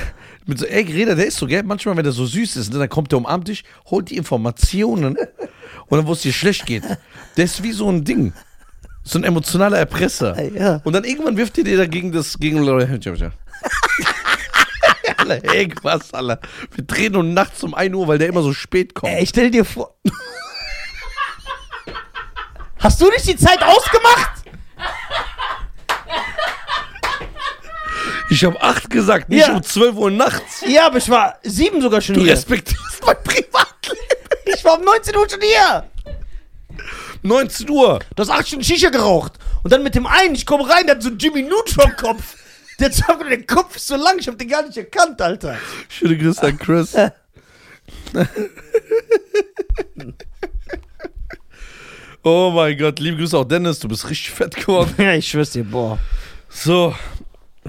Speaker 1: Mit so, ey, Greta, der ist so, gell? Manchmal, wenn der so süß ist, ne, dann kommt der umarmt dich, holt die Informationen und dann, wo es dir schlecht geht. Der ist wie so ein Ding. So ein emotionaler Erpresser.
Speaker 2: Ja.
Speaker 1: Und dann irgendwann wirft ihr dir dagegen das, gegen Alle, ey, was, Alter. Wir drehen und nachts um 1 Uhr, weil der immer so spät kommt.
Speaker 2: Ey, stell dir vor. Hast du nicht die Zeit ausgemacht?
Speaker 1: Ich habe 8 gesagt, nicht
Speaker 2: Ja.
Speaker 1: um 12 Uhr nachts.
Speaker 2: Ja, aber ich war sieben sogar schon
Speaker 1: Du
Speaker 2: hier.
Speaker 1: respektierst mein Privatleben.
Speaker 2: Ich war um 19 Uhr schon hier.
Speaker 1: 19 Uhr.
Speaker 2: Du hast acht Stunden Shisha geraucht. Und dann mit dem einen, ich komme rein, der hat so einen Jimmy Neutron-Kopf. Der sagt mir, der Kopf ist so lang, ich hab den gar nicht erkannt, Alter.
Speaker 1: Schöne Grüße an Chris. oh mein Gott, liebe Grüße auch Dennis, du bist richtig fett geworden.
Speaker 2: Ja, ich schwör's dir, boah.
Speaker 1: So,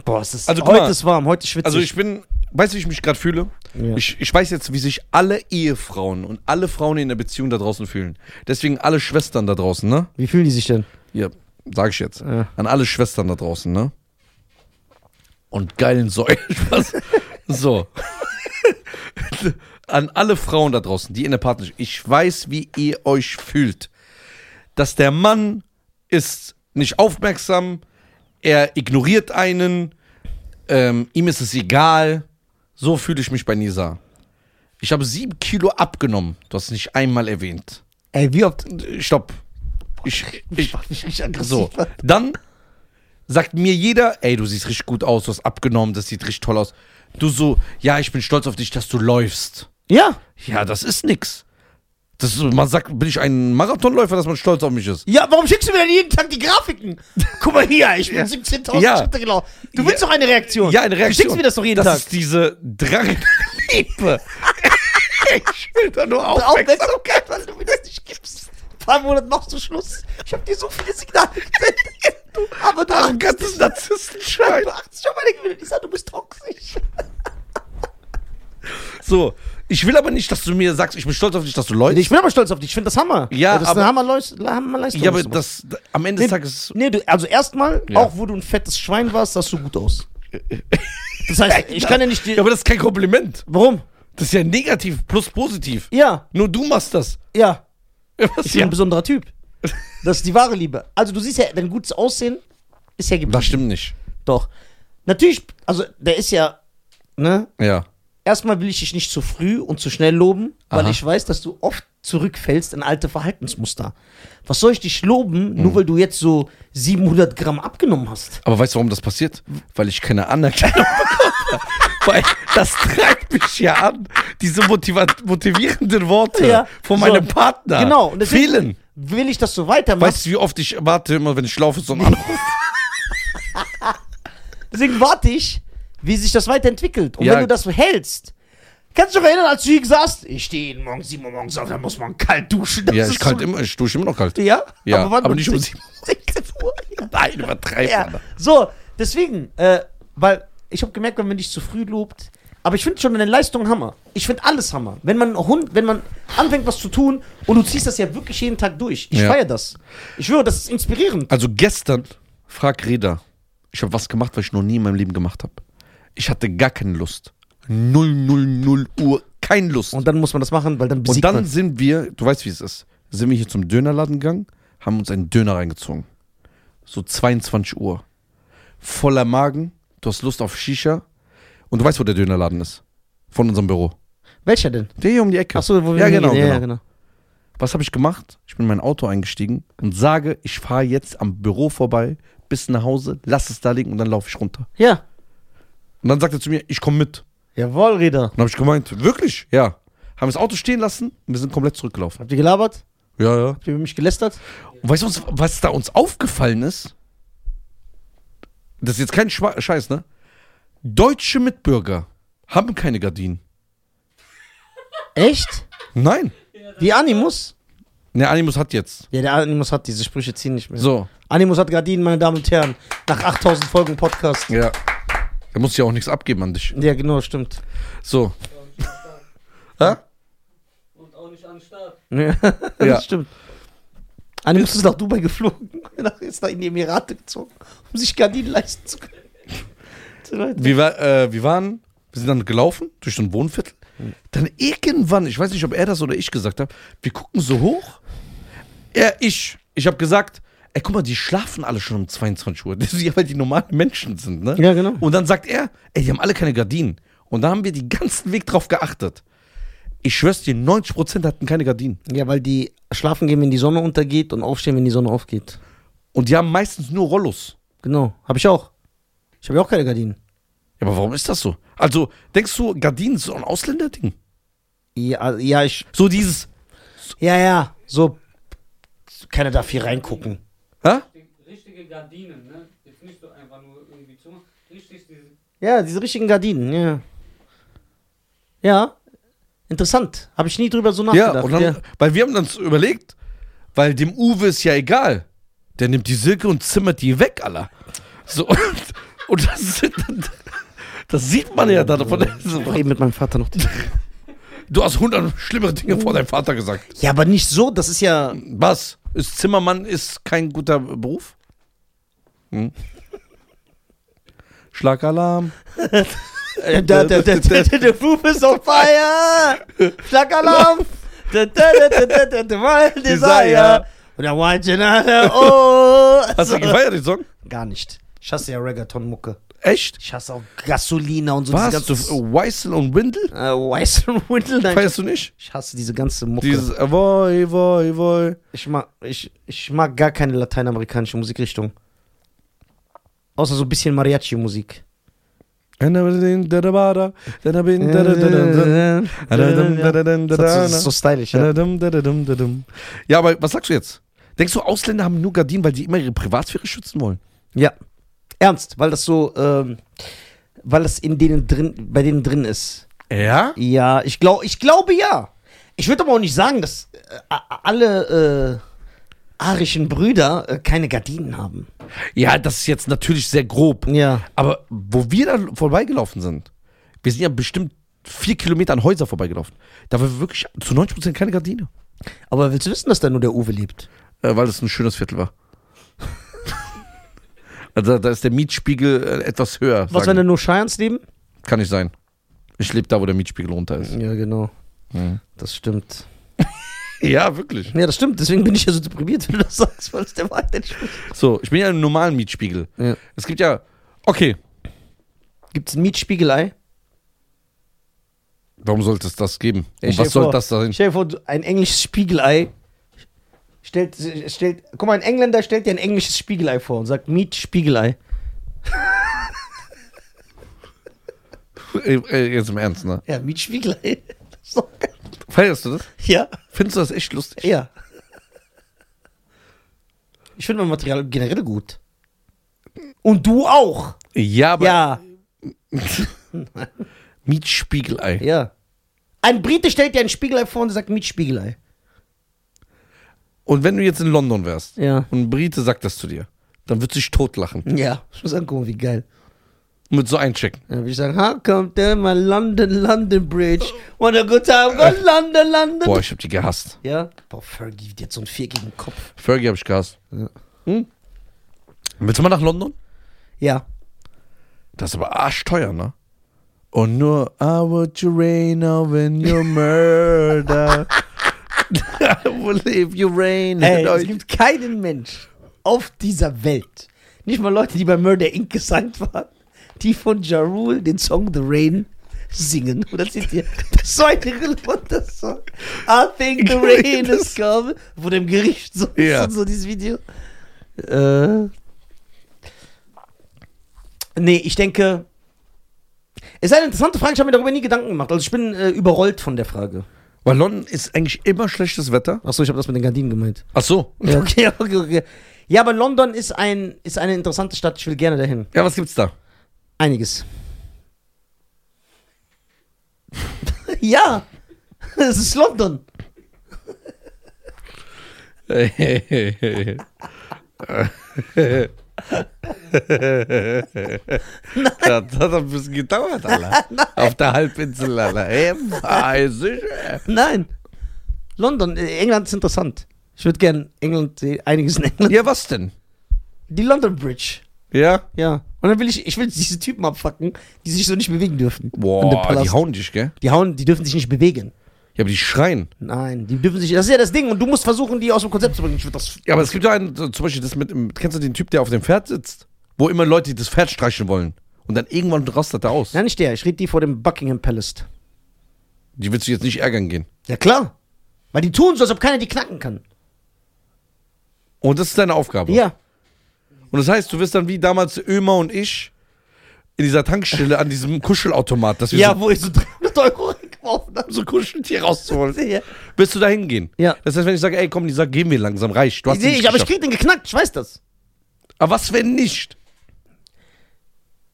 Speaker 2: Boah, es ist,
Speaker 1: Also, guck
Speaker 2: heute
Speaker 1: mal.
Speaker 2: ist warm, heute schwitze
Speaker 1: also ich bin, weißt du, wie ich mich gerade fühle?
Speaker 2: Ja.
Speaker 1: Ich, ich weiß jetzt, wie sich alle Ehefrauen und alle Frauen in der Beziehung da draußen fühlen. Deswegen alle Schwestern da draußen, ne?
Speaker 2: Wie fühlen die sich denn?
Speaker 1: Ja, sag ich jetzt.
Speaker 2: Ja.
Speaker 1: An alle Schwestern da draußen, ne? Und geilen Säulen. Spaß. so. An alle Frauen da draußen, die in der Partnerschaft. Ich weiß, wie ihr euch fühlt. Dass der Mann ist nicht aufmerksam, er ignoriert einen, ähm, ihm ist es egal. So fühle ich mich bei Nisa. Ich habe sieben Kilo abgenommen. Du hast nicht einmal erwähnt.
Speaker 2: Ey, wie oft.
Speaker 1: Stopp. Ich, ich,
Speaker 2: mach mich richtig aggressiv.
Speaker 1: so, dann sagt mir jeder, ey, du siehst richtig gut aus, du hast abgenommen, das sieht richtig toll aus. Du so, ja, ich bin stolz auf dich, dass du läufst.
Speaker 2: Ja.
Speaker 1: Ja, das ist nix. Das ist, man sagt, bin ich ein Marathonläufer, dass man stolz auf mich ist.
Speaker 2: Ja, warum schickst du mir denn jeden Tag die Grafiken? Guck mal hier, ich bin 17.000
Speaker 1: Ja.
Speaker 2: Schritte gelaufen. Du willst doch eine Reaktion.
Speaker 1: Ja, eine Reaktion.
Speaker 2: Du schickst mir das doch jeden
Speaker 1: das
Speaker 2: Tag.
Speaker 1: ist diese Drang der Liebe. ich will da nur aufwechseln.
Speaker 2: Aufmerksamkeit, weil du mir das nicht gibst. Ein paar Monate machst du Schluss. Ich hab dir so viele Signale gesendet. Aber du
Speaker 1: Ach, ganzes Narzissenschein.
Speaker 2: beachtest schon meine Gefühle. Die sagen, du bist toxisch.
Speaker 1: So, ich will aber nicht, dass du mir sagst, ich bin stolz auf dich, dass du läufst.
Speaker 2: Ich bin aber stolz auf dich. Ich finde das Hammer.
Speaker 1: Ja,
Speaker 2: das ist
Speaker 1: aber-
Speaker 2: eine Hammerleus- Hammerleistung.
Speaker 1: ja, aber
Speaker 2: was du machst.
Speaker 1: das, am Ende des Tages,
Speaker 2: Nee, du, also erstmal,
Speaker 1: Ja.
Speaker 2: auch wo du ein fettes Schwein warst, sahst du gut aus. Das heißt, ich kann ja nicht.
Speaker 1: ja, aber das ist kein Kompliment.
Speaker 2: warum?
Speaker 1: Das ist ja negativ plus positiv.
Speaker 2: Ja,
Speaker 1: Nur du machst das.
Speaker 2: ja.
Speaker 1: Ja, Was,
Speaker 2: Ich bin ein besonderer Typ. Das ist die wahre Liebe. Also du siehst ja, dein gutes Aussehen ist ja geblieben.
Speaker 1: Das stimmt nicht.
Speaker 2: Doch. Natürlich, also der ist ja, ne?
Speaker 1: Ja.
Speaker 2: Erstmal will ich dich nicht zu früh und zu schnell loben, weil
Speaker 1: Aha.
Speaker 2: ich weiß, dass du oft zurückfällst in alte Verhaltensmuster. Was soll ich dich loben,
Speaker 1: Mhm.
Speaker 2: nur weil du jetzt so 700 Gramm abgenommen hast?
Speaker 1: Aber weißt du, warum das passiert? Weil ich keine Anerkennung bekomme. Weil das treibt mich ja an. Diese motiva motivierenden Worte
Speaker 2: Ja.
Speaker 1: von
Speaker 2: So.
Speaker 1: meinem Partner.
Speaker 2: Genau. Und deswegen
Speaker 1: Vielen.
Speaker 2: Will ich, dass du weitermachst?
Speaker 1: Weißt du, wie oft ich warte immer, wenn ich laufe, so einen Anruf?
Speaker 2: Deswegen warte ich, wie sich das weiterentwickelt. Und
Speaker 1: Ja.
Speaker 2: wenn du das hältst, kannst du dich noch erinnern, als du hier saßt, ich stehe jeden Morgen 7 Uhr morgens auf, dann muss man kalt duschen. Das
Speaker 1: Ja, ich,
Speaker 2: ist
Speaker 1: kalt
Speaker 2: so-
Speaker 1: immer, ich dusche immer noch kalt.
Speaker 2: Ja?
Speaker 1: Ja,
Speaker 2: wann?
Speaker 1: aber nicht um 7
Speaker 2: 16 Uhr. Ja.
Speaker 1: Nein, übertreib
Speaker 2: oh, ja.
Speaker 1: mal.
Speaker 2: So, deswegen, äh, weil ich habe gemerkt, wenn man dich zu früh lobt, aber ich finde schon deine Leistung Hammer. Ich finde alles Hammer. Wenn man Hund, wenn man anfängt was zu tun und du ziehst das ja wirklich jeden Tag durch. Ich
Speaker 1: Ja.
Speaker 2: feiere das. Ich schwöre, das ist inspirierend.
Speaker 1: Also gestern, frag Reda, ich habe was gemacht, was ich noch nie in meinem Leben gemacht habe. Ich hatte gar keine Lust. Null, null, null Uhr, keine Lust.
Speaker 2: Und dann muss man das machen, weil dann
Speaker 1: Und
Speaker 2: besiegt
Speaker 1: dann
Speaker 2: man.
Speaker 1: sind wir, du weißt wie es ist, sind wir hier zum Dönerladen gegangen, haben uns einen Döner reingezogen. So 22 Uhr. Voller Magen, du hast Lust auf Shisha. Und du weißt, wo der Dönerladen ist. Von unserem Büro.
Speaker 2: Welcher denn?
Speaker 1: Der hier um die Ecke.
Speaker 2: Achso, wo wir
Speaker 1: ja,
Speaker 2: hingehen.
Speaker 1: genau,
Speaker 2: ja,
Speaker 1: genau.
Speaker 2: ja, genau.
Speaker 1: Was habe ich gemacht? Ich bin in mein Auto eingestiegen und sage, ich fahre jetzt am Büro vorbei, bis nach Hause, lass es da liegen und dann laufe ich runter.
Speaker 2: Ja.
Speaker 1: Und dann sagt er zu mir, ich komme mit.
Speaker 2: Jawohl, Reda.
Speaker 1: Dann habe ich gemeint, wirklich? Ja. Haben das Auto stehen lassen und wir sind komplett zurückgelaufen.
Speaker 2: Habt ihr gelabert?
Speaker 1: Ja, ja.
Speaker 2: Habt ihr über mich gelästert?
Speaker 1: Und weißt du, was, was da uns aufgefallen ist? Das ist jetzt kein Schwa Scheiß, ne? Deutsche Mitbürger haben keine Gardinen.
Speaker 2: Echt?
Speaker 1: Nein.
Speaker 2: Die Animus?
Speaker 1: Ne, Animus hat jetzt.
Speaker 2: Ja, der Animus hat diese Sprüche ziehen nicht mehr.
Speaker 1: So.
Speaker 2: Animus hat Gardinen, meine Damen und Herren. Nach 8000 Folgen Podcast.
Speaker 1: Ja. Da muss ich ja auch nichts abgeben an dich.
Speaker 2: Ja, genau, stimmt.
Speaker 1: So.
Speaker 3: Und auch nicht an den Start.
Speaker 2: Ja,
Speaker 1: Ja.
Speaker 2: das stimmt. Animus ist nach Dubai geflogen, nach- ist nach in die Emirate gezogen, um sich Gardinen leisten zu können. Die Leute-
Speaker 1: Wir, war, äh, wir waren, wir sind dann gelaufen durch so ein Wohnviertel. Dann irgendwann, ich weiß nicht, ob er das oder ich gesagt habe, wir gucken so hoch. Er, ich. Ich habe gesagt, ey, guck mal, die schlafen alle schon um 22 Uhr. Das ist ja, weil die normalen Menschen sind, ne?
Speaker 2: Ja, genau.
Speaker 1: Und dann sagt er, ey, die haben alle keine Gardinen. Und da haben wir den ganzen Weg drauf geachtet. Ich schwör's dir, 90% hatten keine Gardinen.
Speaker 2: Ja, weil die schlafen gehen, wenn die Sonne untergeht und aufstehen, wenn die Sonne aufgeht.
Speaker 1: Und die haben meistens nur Rollos.
Speaker 2: Genau, habe ich auch. Ich habe ja auch keine Gardinen.
Speaker 1: Ja, aber warum ist das so? Also, denkst du, Gardinen ist so ein Ausländerding?
Speaker 2: Ja, also- ja, ich,
Speaker 1: So dieses,
Speaker 2: ja, ja, so, keiner darf hier reingucken.
Speaker 1: hä?
Speaker 3: Die richtige Gardinen, ne? Jetzt nicht so einfach nur irgendwie zu. Richtig diese.
Speaker 2: Ja, diese richtigen Gardinen, ja. Ja, interessant. Habe ich nie drüber so nachgedacht.
Speaker 1: Ja, und dann, weil wir haben uns überlegt, weil dem Uwe ist ja egal. Der nimmt die Silke und zimmert die weg, Alter. So, und, und das, das sieht man ja dann von
Speaker 2: Ich hab eben mit meinem Vater noch. die-
Speaker 1: Du hast hundert schlimmere Dinge vor deinem Vater gesagt.
Speaker 2: Ja, aber nicht so, das ist ja.
Speaker 1: Was? Ist Zimmermann ist kein guter Beruf? Hm? Schlagalarm. Äh,
Speaker 2: Der, der, der, der, der, der, der Ruf ist auf Feier! Schlagalarm! Der, der, der, der, der, der, der Wild Desire!
Speaker 1: Desire.
Speaker 2: Und der Wild Genade, oh!
Speaker 1: Hast du gefeiert, den Song?
Speaker 2: Gar nicht. Ich hasse ja Reggaeton-Mucke.
Speaker 1: Echt?
Speaker 2: Ich hasse auch Gasolina und so
Speaker 1: Was? Du, Weissel und Windel?
Speaker 2: äh, Weiss und Windel, nein.
Speaker 1: Feierst du nicht?
Speaker 2: Ich hasse diese ganze Mucke.
Speaker 1: Dieses äh, Woi, Woi, Woi.
Speaker 2: Ich, mag, ich, ich mag gar keine lateinamerikanische Musikrichtung. Außer so ein bisschen Mariachi-Musik. Das ist so
Speaker 1: Ja,
Speaker 2: stylisch, ja.
Speaker 1: aber was sagst du jetzt? Denkst du, Ausländer haben nur Gardinen, weil die immer ihre Privatsphäre schützen wollen?
Speaker 2: Ja. Ernst, weil das so, ähm, weil das in denen drin, bei denen drin ist.
Speaker 1: Ja?
Speaker 2: Ja, ich glaube, ich glaube ja. Ich würde aber auch nicht sagen, dass äh, a- alle äh, arischen Brüder äh, keine Gardinen haben.
Speaker 1: Ja, das ist jetzt natürlich sehr grob.
Speaker 2: Ja.
Speaker 1: Aber wo wir da vorbeigelaufen sind, wir sind ja bestimmt vier Kilometer an Häuser vorbeigelaufen. Da war wirklich zu 90 Prozent keine Gardine.
Speaker 2: Aber willst du wissen, dass da nur der Uwe lebt?
Speaker 1: Äh, weil es ein schönes Viertel war. also da ist der Mietspiegel äh, etwas höher.
Speaker 2: Was, wenn
Speaker 1: sagen.
Speaker 2: da nur Scheians leben?
Speaker 1: Kann nicht sein. Ich lebe da, wo der Mietspiegel runter ist.
Speaker 2: Ja, genau.
Speaker 1: Mhm.
Speaker 2: Das stimmt.
Speaker 1: Ja, wirklich.
Speaker 2: Ja, das stimmt. Deswegen bin ich ja so deprimiert, wenn du das sagst, weil es der Wahrheit entspricht.
Speaker 1: So, ich bin ja im normalen Mietspiegel.
Speaker 2: Ja.
Speaker 1: Es gibt ja, okay,
Speaker 2: Gibt's ein Mietspiegelei?
Speaker 1: warum sollte es das geben?
Speaker 2: Ja,
Speaker 1: Und
Speaker 2: stell
Speaker 1: was
Speaker 2: dir
Speaker 1: soll
Speaker 2: vor-
Speaker 1: das sein?
Speaker 2: Stell dir vor, du- ein englisches Spiegelei stellt, stellt, guck mal, ein Engländer stellt dir ein englisches Spiegelei vor und sagt Mietspiegelei.
Speaker 1: Äh, äh, Jetzt im Ernst, ne?
Speaker 2: Ja, Mietspiegelei. So.
Speaker 1: Feierst du das?
Speaker 2: Ja,
Speaker 1: Findest du das echt lustig?
Speaker 2: ja. Ich finde mein Material generell gut. Und du auch.
Speaker 1: Ja, aber
Speaker 2: Ja,
Speaker 1: Mietspiegelei.
Speaker 2: ja. Ein Brite stellt dir ein Spiegelei vor und sagt Mietspiegelei.
Speaker 1: Und wenn du jetzt in London wärst
Speaker 2: Ja.
Speaker 1: und ein Brite sagt das zu dir, dann würdest du dich totlachen.
Speaker 2: Ja, ich muss angucken, wie geil.
Speaker 1: Mit so einchecken.
Speaker 2: Dann würde ich sagen, how come there my London, London Bridge? What a good time, go London, London.
Speaker 1: Boah, ich hab die gehasst.
Speaker 2: Ja. Boah, Fergie gibt jetzt so einen viereckigen Kopf.
Speaker 1: Fergie hab ich gehasst. Hm? Willst du mal nach London?
Speaker 2: Ja.
Speaker 1: Das ist aber arschteuer, ne? Und nur I would you rain on your murder. I will leave you rain. Genau.
Speaker 2: Ey,
Speaker 1: on
Speaker 2: es gibt keinen Mensch auf dieser Welt, nicht mal Leute, die bei Murder Inc. gesigned waren, die von Ja Rule den Song The Rain singen. Und das seht ihr, das ist so ein relevanter Song. I think the rain is coming. Vor dem Gericht, so,
Speaker 1: Ja.
Speaker 2: so dieses Video. Äh. Nee, ich denke, es ist eine interessante Frage, ich habe mir darüber nie Gedanken gemacht. Also ich bin äh, überrollt von der Frage.
Speaker 1: Weil London ist eigentlich immer schlechtes Wetter.
Speaker 2: Achso, ich habe das mit den Gardinen gemeint.
Speaker 1: Ach so.
Speaker 2: Ja, okay, okay, okay. Ja, aber London ist, ein, ist eine interessante Stadt. Ich will gerne dahin.
Speaker 1: Ja, was gibt's da?
Speaker 2: Einiges. ja, es ist London.
Speaker 1: das hat ein bisschen gedauert, Alter. Auf der Halbinsel, Alter. Ey, weiß ich.
Speaker 2: Nein, London, äh, England ist interessant. Ich würde gerne England, sehen. einiges in England.
Speaker 1: Ja, was denn?
Speaker 2: Die London Bridge.
Speaker 1: Ja?
Speaker 2: Ja. Und dann will ich, ich will diese Typen abfacken, die sich so nicht bewegen dürfen. An dem
Speaker 1: Boah,
Speaker 2: Palast.
Speaker 1: die hauen dich, gell?
Speaker 2: die hauen, die dürfen sich nicht bewegen.
Speaker 1: Ja, aber die schreien.
Speaker 2: Nein, die dürfen sich, das ist ja das Ding und du musst versuchen, die aus dem Konzept zu bringen. Ich würde das
Speaker 1: Ja, aber es gibt ja einen, so zum Beispiel das mit, dem- kennst du den Typ, der auf dem Pferd sitzt? Wo immer Leute das Pferd streicheln wollen. Und dann irgendwann rastet er aus.
Speaker 2: Ja, nicht der. Ich rede die vor dem Buckingham Palace.
Speaker 1: Die willst du jetzt nicht ärgern gehen.
Speaker 2: Ja, klar. Weil die tun so, als ob keiner die knacken kann.
Speaker 1: Und das ist deine Aufgabe.
Speaker 2: Ja.
Speaker 1: Und das heißt, du wirst dann wie damals Ömer und ich in dieser Tankstelle an diesem Kuschelautomat, dass wir
Speaker 2: Ja, wo ich so 300 Euro gekauft habe.
Speaker 1: so, so Kuscheltier rauszuholen.
Speaker 2: Ja.
Speaker 1: Wirst du da hingehen?
Speaker 2: Ja.
Speaker 1: Das heißt, wenn ich sage, ey komm, die sagt, gehen wir langsam, reicht. Du hast
Speaker 2: Sehe
Speaker 1: nicht
Speaker 2: ich, aber ich
Speaker 1: geschafft.
Speaker 2: krieg den geknackt, ich weiß das.
Speaker 1: aber was, wenn nicht?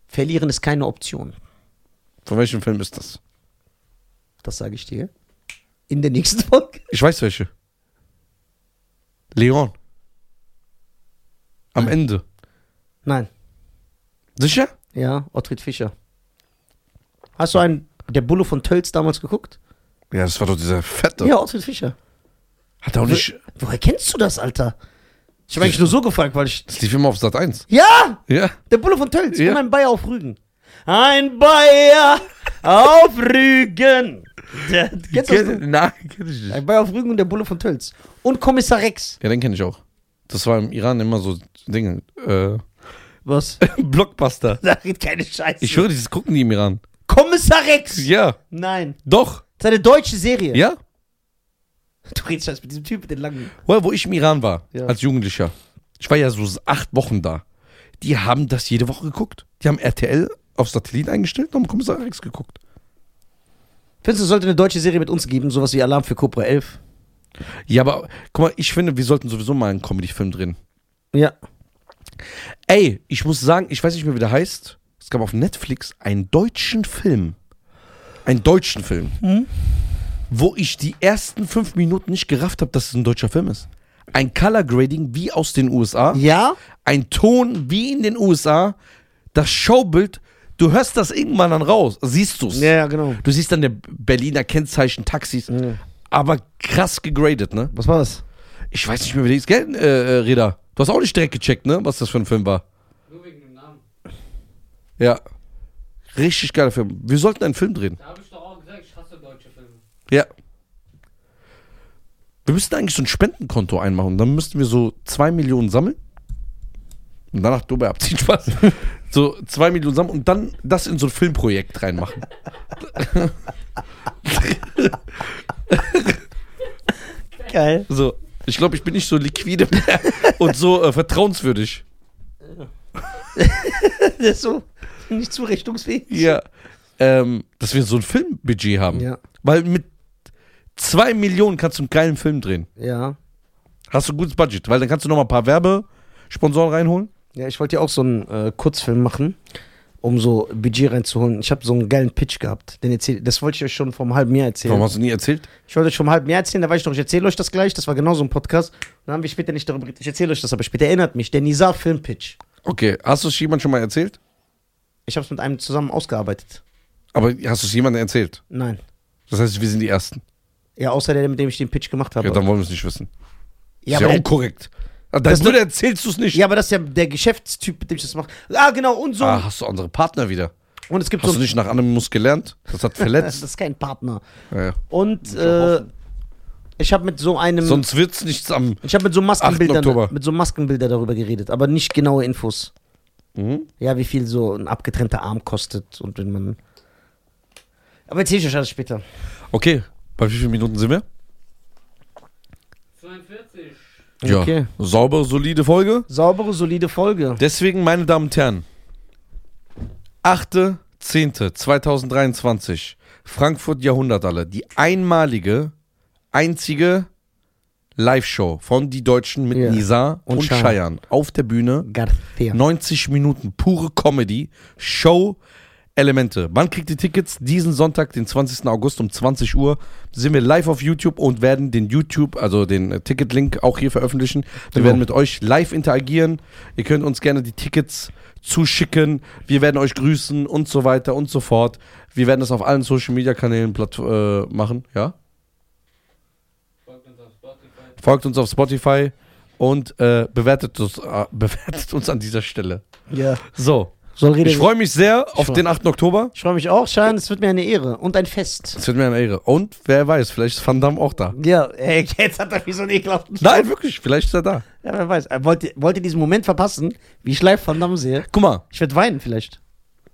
Speaker 2: Verlieren ist keine Option.
Speaker 1: Von welchem Film ist das?
Speaker 2: Das sage ich dir. In der nächsten Folge.
Speaker 1: Ich weiß welche. Leon. Am Ende.
Speaker 2: Nein.
Speaker 1: Sicher?
Speaker 2: Ja, Ottfried Fischer. Hast du einen, der Bulle von Tölz damals geguckt?
Speaker 1: Ja, das war doch dieser fette.
Speaker 2: Ja, Ottfried Fischer.
Speaker 1: Hat er auch nicht.
Speaker 2: Woher kennst du das, Alter? Ich habe eigentlich nur so gefragt, weil ich.
Speaker 1: Das lief immer auf Sat 1.
Speaker 2: Ja!
Speaker 1: Ja.
Speaker 2: Der Bulle von Tölz
Speaker 1: Ja.
Speaker 2: und ein Bayer auf Rügen. Ein Bayer auf Rügen. Der, kennst du das?
Speaker 1: Kenn, nein, kenn ich nicht.
Speaker 2: ein Bayer auf Rügen und der Bulle von Tölz. Und Kommissar Rex.
Speaker 1: Ja, den kenne ich auch. Das war im Iran immer so Dinge. Äh,
Speaker 2: Was?
Speaker 1: Blockbuster.
Speaker 2: Da redet keine Scheiße.
Speaker 1: Ich höre, dieses gucken die im Iran.
Speaker 2: Kommissar Rex.
Speaker 1: Ja,
Speaker 2: Nein.
Speaker 1: doch.
Speaker 2: Das ist eine deutsche Serie.
Speaker 1: Ja.
Speaker 2: Du redest jetzt mit diesem Typ mit den langen.
Speaker 1: Wo, wo ich im Iran war,
Speaker 2: Ja.
Speaker 1: als Jugendlicher. Ich war ja so acht Wochen da. Die haben das jede Woche geguckt. Die haben RTL auf Satellit eingestellt und haben Kommissar Rex geguckt.
Speaker 2: Findest du, es sollte eine deutsche Serie mit uns geben, sowas wie Alarm für Cobra 11?
Speaker 1: Ja, aber guck mal, ich finde, wir sollten sowieso mal einen Comedy-Film drehen.
Speaker 2: Ja.
Speaker 1: Ey, ich muss sagen, ich weiß nicht mehr, wie der heißt. Es gab auf Netflix einen deutschen Film. Einen deutschen Film.
Speaker 2: Hm?
Speaker 1: Wo ich die ersten fünf Minuten nicht gerafft habe, dass es ein deutscher Film ist. Ein Color Grading wie aus den USA.
Speaker 2: Ja?
Speaker 1: Ein Ton wie in den USA. Das Schaubild. Du hörst das irgendwann dann raus. Siehst du's.
Speaker 2: ja, genau.
Speaker 1: Du siehst dann der Berliner Kennzeichen, Taxis. Aber krass gegradet, ne?
Speaker 2: Was war das?
Speaker 1: Ich weiß nicht mehr, wie der ist. Gell, äh, äh, Reda? Du hast auch nicht direkt gecheckt, ne? Was das für ein Film war.
Speaker 3: Nur wegen dem Namen.
Speaker 1: Ja. Richtig geiler Film. Wir sollten einen Film drehen.
Speaker 3: Da habe ich doch auch gesagt, ich hasse deutsche Filme.
Speaker 1: Ja. Wir müssten eigentlich so ein Spendenkonto einmachen. Dann müssten wir so 2 Millionen sammeln. Und danach Dubai abziehen, Spaß. So 2 Millionen sammeln und dann das in so ein Filmprojekt reinmachen.
Speaker 2: Geil.
Speaker 1: So, ich glaube, ich bin nicht so liquide mehr und so äh, vertrauenswürdig.
Speaker 2: Das ist so nicht zurechnungsfähig.
Speaker 1: Ja. Ähm, dass wir so ein Filmbudget haben.
Speaker 2: Ja.
Speaker 1: Weil mit 2 Millionen kannst du einen geilen Film drehen.
Speaker 2: Ja.
Speaker 1: Hast du ein gutes Budget, weil dann kannst du noch mal ein paar Werbesponsoren reinholen.
Speaker 2: Ja, ich wollte ja auch so einen äh, Kurzfilm machen, um so Budget reinzuholen. Ich habe so einen geilen Pitch gehabt. Den erzähl, das wollte ich euch schon vor einem halben Jahr erzählen.
Speaker 1: Warum hast du nie erzählt?
Speaker 2: Ich wollte euch schon vor einem halben Jahr erzählen, da war ich noch, ich erzähle euch das gleich. Das war genau so ein Podcast. Und dann haben wir später nicht darüber geredet. Ich erzähle euch das, aber später erinnert mich. Der Nizar Filmpitch.
Speaker 1: Okay, hast du es jemand schon mal erzählt?
Speaker 2: Ich habe es mit einem zusammen ausgearbeitet.
Speaker 1: Aber hast du es jemandem erzählt?
Speaker 2: Nein.
Speaker 1: Das heißt, wir sind die Ersten.
Speaker 2: Ja, außer der, mit dem ich den Pitch gemacht habe.
Speaker 1: Ja, dann wollen wir es nicht wissen.
Speaker 2: Ja,
Speaker 1: ist ja
Speaker 2: aber der-
Speaker 1: unkorrekt. Dann
Speaker 2: Das
Speaker 1: nur
Speaker 2: wird-
Speaker 1: erzählst du es nicht.
Speaker 2: ja, aber das ist ja der Geschäftstyp, mit dem ich das mache. Ah, genau, und so.
Speaker 1: Ah, hast du andere Partner wieder?
Speaker 2: Und es gibt
Speaker 1: Hast
Speaker 2: so
Speaker 1: du
Speaker 2: ein-
Speaker 1: nicht nach Animus gelernt? Das hat
Speaker 2: Das
Speaker 1: verletzt.
Speaker 2: ist kein Partner.
Speaker 1: ja, ja.
Speaker 2: Und äh, ich habe mit so einem.
Speaker 1: Sonst wird's nichts am.
Speaker 2: ich habe mit so
Speaker 1: 8. Oktober.
Speaker 2: Maskenbildern mit so Maskenbilder darüber geredet, aber nicht genaue Infos.
Speaker 1: Mhm.
Speaker 2: Ja, wie viel so ein abgetrennter Arm kostet und wenn man. Aber erzähl ich euch alles später.
Speaker 1: Okay, bei wie vielen Minuten sind wir?
Speaker 3: 42.
Speaker 1: Ja.
Speaker 2: Okay.
Speaker 1: Saubere, solide Folge.
Speaker 2: Saubere, solide Folge.
Speaker 1: Deswegen, meine Damen und Herren, 8.10.2023, Frankfurt Jahrhundertalle, die einmalige, einzige Live-Show von die Deutschen mit
Speaker 2: Ja.
Speaker 1: Nisa und,
Speaker 2: Und
Speaker 1: Scheiern.
Speaker 2: Scheiern.
Speaker 1: auf der Bühne.
Speaker 2: Garcia.
Speaker 1: 90 Minuten pure Comedy, Show, Elemente. Wann kriegt ihr Tickets? Diesen Sonntag, den 20. August um 20 Uhr, sind wir live auf YouTube und werden den YouTube, also den äh, Ticket-Link auch hier veröffentlichen. Wir
Speaker 2: Genau.
Speaker 1: werden mit euch live interagieren. Ihr könnt uns gerne die Tickets zuschicken. Wir werden euch grüßen und so weiter und so fort. Wir werden das auf allen Social-Media-Kanälen platt- äh, machen, ja?
Speaker 3: Folgt uns auf Spotify.
Speaker 1: Folgt uns auf Spotify und äh, bewertet, uns, äh, bewertet uns an dieser Stelle.
Speaker 2: Ja.
Speaker 1: So.
Speaker 2: Soll reden.
Speaker 1: Ich freue mich sehr auf
Speaker 2: freu-
Speaker 1: den 8. Oktober.
Speaker 2: Ich freu mich auch, Schein. Es wird mir eine Ehre und ein Fest.
Speaker 1: Es wird mir eine Ehre. Und wer weiß, vielleicht ist Van Damme auch da.
Speaker 2: Ja, ey, jetzt hat er wie so einen ekelhaften.
Speaker 1: Nein, wirklich, vielleicht ist er da.
Speaker 2: Ja, wer weiß. Äh, Wollt ihr, wollt ihr diesen Moment verpassen, wie ich live Van Damme sehe?
Speaker 1: Guck mal,
Speaker 2: Ich werde weinen vielleicht.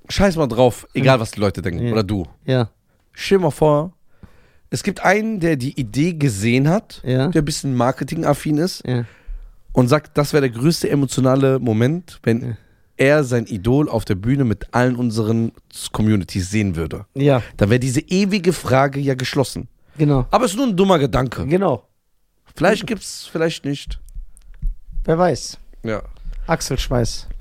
Speaker 1: scheiß mal drauf, egal was die Leute denken.
Speaker 2: Ja.
Speaker 1: Oder du.
Speaker 2: Ja.
Speaker 1: Stell dir mal vor, es gibt einen, der die Idee gesehen hat,
Speaker 2: Ja.
Speaker 1: der ein bisschen marketingaffin ist
Speaker 2: Ja.
Speaker 1: und sagt, das wäre der größte emotionale Moment, wenn
Speaker 2: Ja.
Speaker 1: er sein Idol auf der Bühne mit allen unseren Communities sehen würde.
Speaker 2: Ja,
Speaker 1: Dann wäre diese ewige Frage ja geschlossen.
Speaker 2: genau.
Speaker 1: Aber es ist nur ein dummer Gedanke.
Speaker 2: Genau.
Speaker 1: Vielleicht gibt's, vielleicht nicht.
Speaker 2: Wer weiß.
Speaker 1: Ja.
Speaker 2: Axel Schweiß.